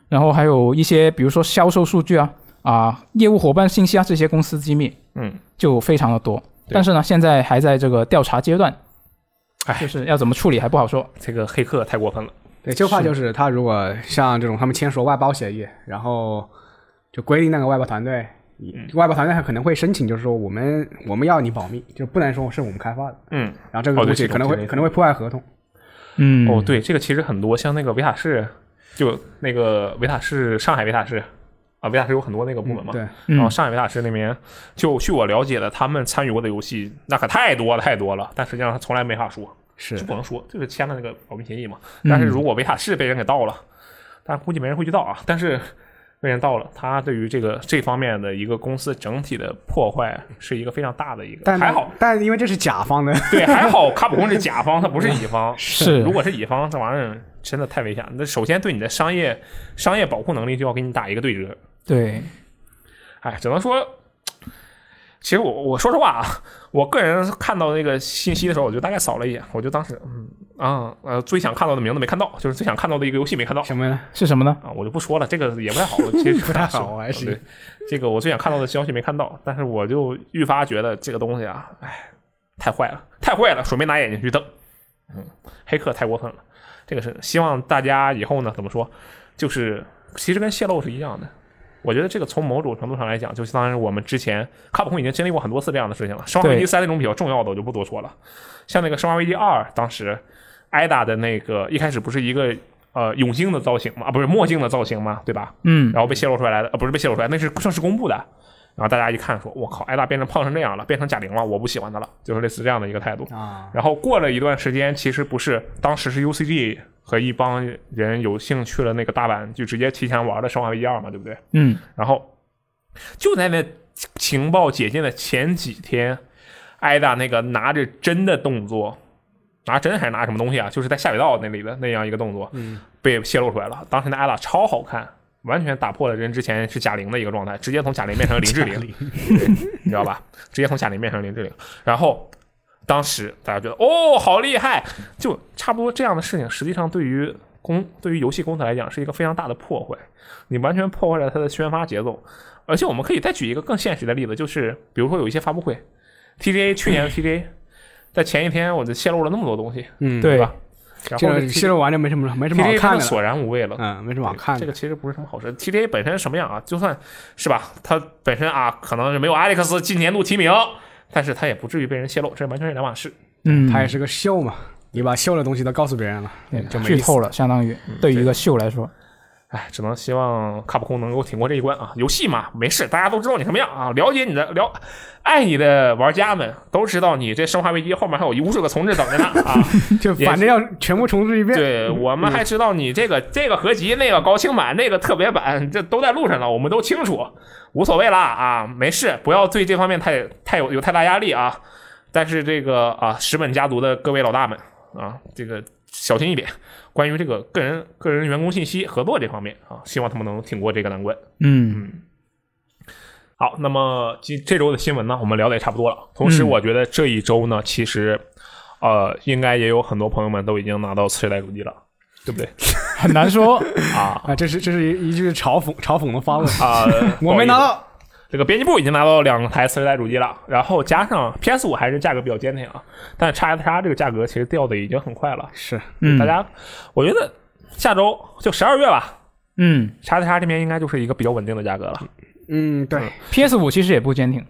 然后还有一些比如说销售数据啊、啊业务伙伴信息啊这些公司机密嗯，就非常的多。对但是呢，现在还在这个调查阶段，哎就是要怎么处理还不好说。这个黑客太过分了。对，就怕就是他如果像这种他们签署外包协议，然后就规定那个外包团队，嗯外包团队还可能会申请，就是说我们我们要你保密，就不能说是我们开发的，嗯，然后这哦对个估这计种可能会、之类的可能会破坏合同。嗯，哦，对，这个其实很多，像那个维塔士，就那个维塔士，上海维塔士啊，维塔士有很多那个部门嘛。对，然后嗯，上海维塔士那边，就据我了解的，他们参与过的游戏那可太多了太多了，但实际上他从来没法说，是就不能说，就是签了那个保密协议嘛。但是如果维塔士被人给盗了，但是估计没人会去盗啊。但是被人盗了，他对于这个这方面的一个公司整体的破坏是一个非常大的一个。但还好，，哦但因为这是甲方的，对，还好卡普空是甲方，他不是乙方。 是如果是乙方，这玩意儿真的太危险了。那首先对你的商业商业保护能力就要给你打一个对折。对，哎，只能说，其实我我说实话啊，我个人看到那个信息的时候，我就大概扫了一眼，我就当时嗯啊呃最想看到的名字没看到，就是最想看到的一个游戏没看到 什么呢？是什么呢？啊，我就不说了，这个也不太好，其实不太不太好好，还是对这个我最想看到的消息没看到，但是我就愈发觉得这个东西啊，哎，太坏了，太坏了，准备拿眼睛去瞪，嗯，黑客太过分了，这个是希望大家以后呢怎么说，就是其实跟泄露是一样的。我觉得这个从某种程度上来讲，就相当于我们之前卡普空已经经历过很多次这样的事情了。《生化危机对三》那种比较重要的我就不多说了，像那个《生化危机二》，当时艾达的那个一开始不是一个呃永星的造型嘛，啊不是墨镜的造型嘛，对吧？嗯，然后被泄露出来的，呃，不是被泄露出来，那是正式公布的。然后大家一看说，我靠，艾达变成胖成这样了，变成贾玲了，我不喜欢她了，就是类似这样的一个态度。啊，然后过了一段时间，其实不是，当时是 UCG 和一帮人有幸去了那个大阪，就直接提前玩了《生化危机二》嘛，对不对？嗯，然后就在那情报解禁的前几天，艾达那个拿着针的动作，拿针还是拿什么东西啊？就是在下水道那里的那样一个动作，嗯被泄露出来了。当时那艾达超好看，完全打破了人之前是贾玲的一个状态，直接从贾玲变成林志玲，对你知道吧？直接从贾玲变成林志玲，然后。当时大家觉得哦，好厉害！就差不多这样的事情，实际上对于公对于游戏公司来讲是一个非常大的破坏。你完全破坏了它的宣发节奏。而且我们可以再举一个更现实的例子，就是比如说有一些发布会，TGA 去年的 TGA，在前一天我就泄露了那么多东西，嗯，对吧？然这后个泄露完就没什么没什么好 TGA 它看的了，索然无味了。嗯，没什么好看这的个。其实不是什么好事。TGA 本身什么样啊？就算是吧，它本身啊，可能是没有 Alex 进年度提名，但是它也不至于被人泄露，这完全是两码事。嗯，它也是个秀嘛，你把秀的东西都告诉别人了，嗯对就没剧意思。透了，相当于对于嗯对一个秀来说，哎，只能希望卡普空能够挺过这一关啊！游戏嘛，没事，大家都知道你什么样啊，了解你的了，爱你的玩家们都知道你这《生化危机》后面还有无数个重置等着呢啊！就反正要全部重置一遍。对我们还知道你这个这个合集、那个高清版、那个特别版，这都在路上了，我们都清楚，无所谓啦啊，没事，不要对这方面太太有有太大压力啊。但是这个啊，石本家族的各位老大们啊，这个小心一点，关于这个个人个人员工信息合作这方面啊，希望他们能挺过这个难关。嗯，好，那么今这周的新闻呢，我们聊的也差不多了。同时，嗯我觉得这一周呢，其实呃，应该也有很多朋友们都已经拿到次世代主机了，对不对？很难 说，啊啊，这是这是一一句嘲讽嘲讽的 发问，啊，我没拿。到。这个编辑部已经拿到两台次世代主机了，然后加上 PS 五还是价格比较坚挺啊，但叉 S 叉这个价格其实掉的已经很快了。是，嗯，大，家，我觉得下周就十二月吧，嗯叉 S 叉这边应该就是一个比较稳定的价格了。嗯，对， ，PS 五其实也不坚挺，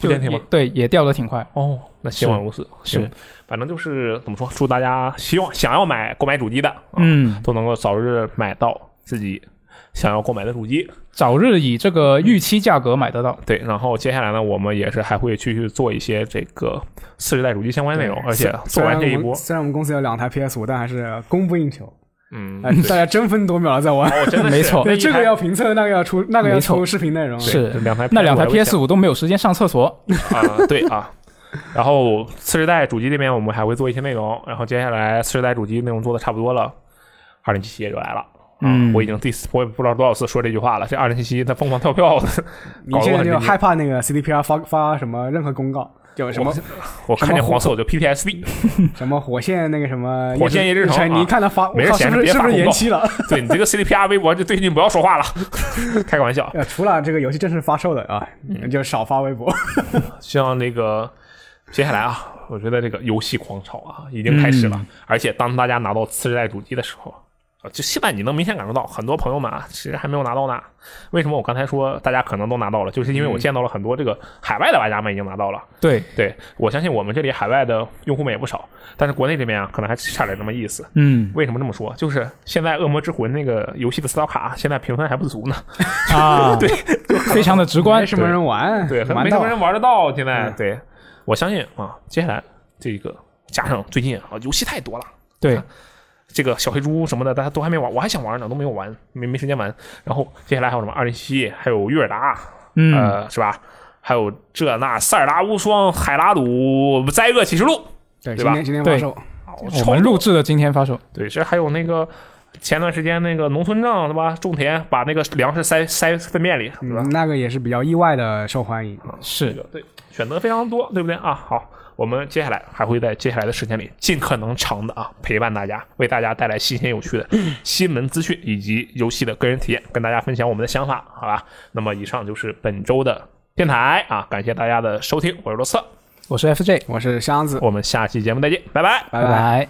不坚挺吗就也对，也掉的挺快，哦，那希望如此。是行，反正就是怎么说，祝大家希望想要买购买主机的，啊、嗯，都能够早日买到自己想要购买的主机。早日以这个预期价格买得到，对，然后接下来呢，我们也是还会继续做一些这个次世代主机相关内容，而且做虽然完这一我们波，虽然我们公司有两台 PS 五，但还是供不应求，嗯，哎，大家争分夺秒的在玩。哦，真的是没错那对，一这台个要评测，那个要出，那个要没错出视频内容。对是两台那两台我还会 PS 五都没有时间上厕所，想啊，对啊。然后次世代主机这边我们还会做一些内容，然后接下来次世代主机内容做的差不多了，二零七七也就来了。啊嗯我已经第四，我也不知道多少次说这句话了。这二零七七它疯狂跳票，你搞得现我在很就震惊。害怕那个 CDPR 发发什么任何公告，有什么我看见黄色我就 PTSD。什么火线那个什么火线夜之城城，啊你一看他发，我没人靠，是闲不着是别是发不是公延告期了？ 对你这个 CDPR 微博，就最近不要说话了， 开个玩笑。呃，除了这个游戏正式发售的啊，嗯那就少发微 博。希望那个接下来啊，我觉得这个游戏狂潮啊已经开始了，而且当大家拿到次世代主机的时候，呃就现在你能明显感受到，很多朋友们啊，其实还没有拿到呢。为什么我刚才说大家可能都拿到了，就是因为我见到了很多这个海外的玩家们已经拿到了。对，对我相信我们这里海外的用户们也不少，但是国内这边啊，可能还差点那么意思。嗯为什么这么说？就是现在《恶魔之魂》那个游戏的斯道卡啊现在评分还不足呢，啊，对，嗯非常的直观 没。什么人 玩，对，很玩没什到么人玩得到。现嗯在，对我相信啊，接下来这个加上最近啊，游戏太多了，对，这个小黑猪什么的，大家都还没玩，我还想玩呢，都没有玩，没没时间玩。然后接下来还有什么二零七七，还有约尔达，嗯，呃，是吧？还有这那塞尔达无双、海拉鲁、灾厄启示录，对，对今吧天今天对发售，哦我们录制的今天发售，对，这还有那个前段时间那个农村账是吧？种田把那个粮食塞塞粪便里，是吧？嗯那个也是比较意外的受欢迎。这是个对，选择非常多，对不对啊？好，我们接下来还会在接下来的时间里尽可能长的啊陪伴大家，为大家带来新鲜有趣的新闻资讯以及游戏的个人体验，跟大家分享我们的想法，好吧？那么以上就是本周的电台啊，感谢大家的收听，我是罗策，我是 FJ， 我是箱子，我们下期节目再见，拜拜。拜拜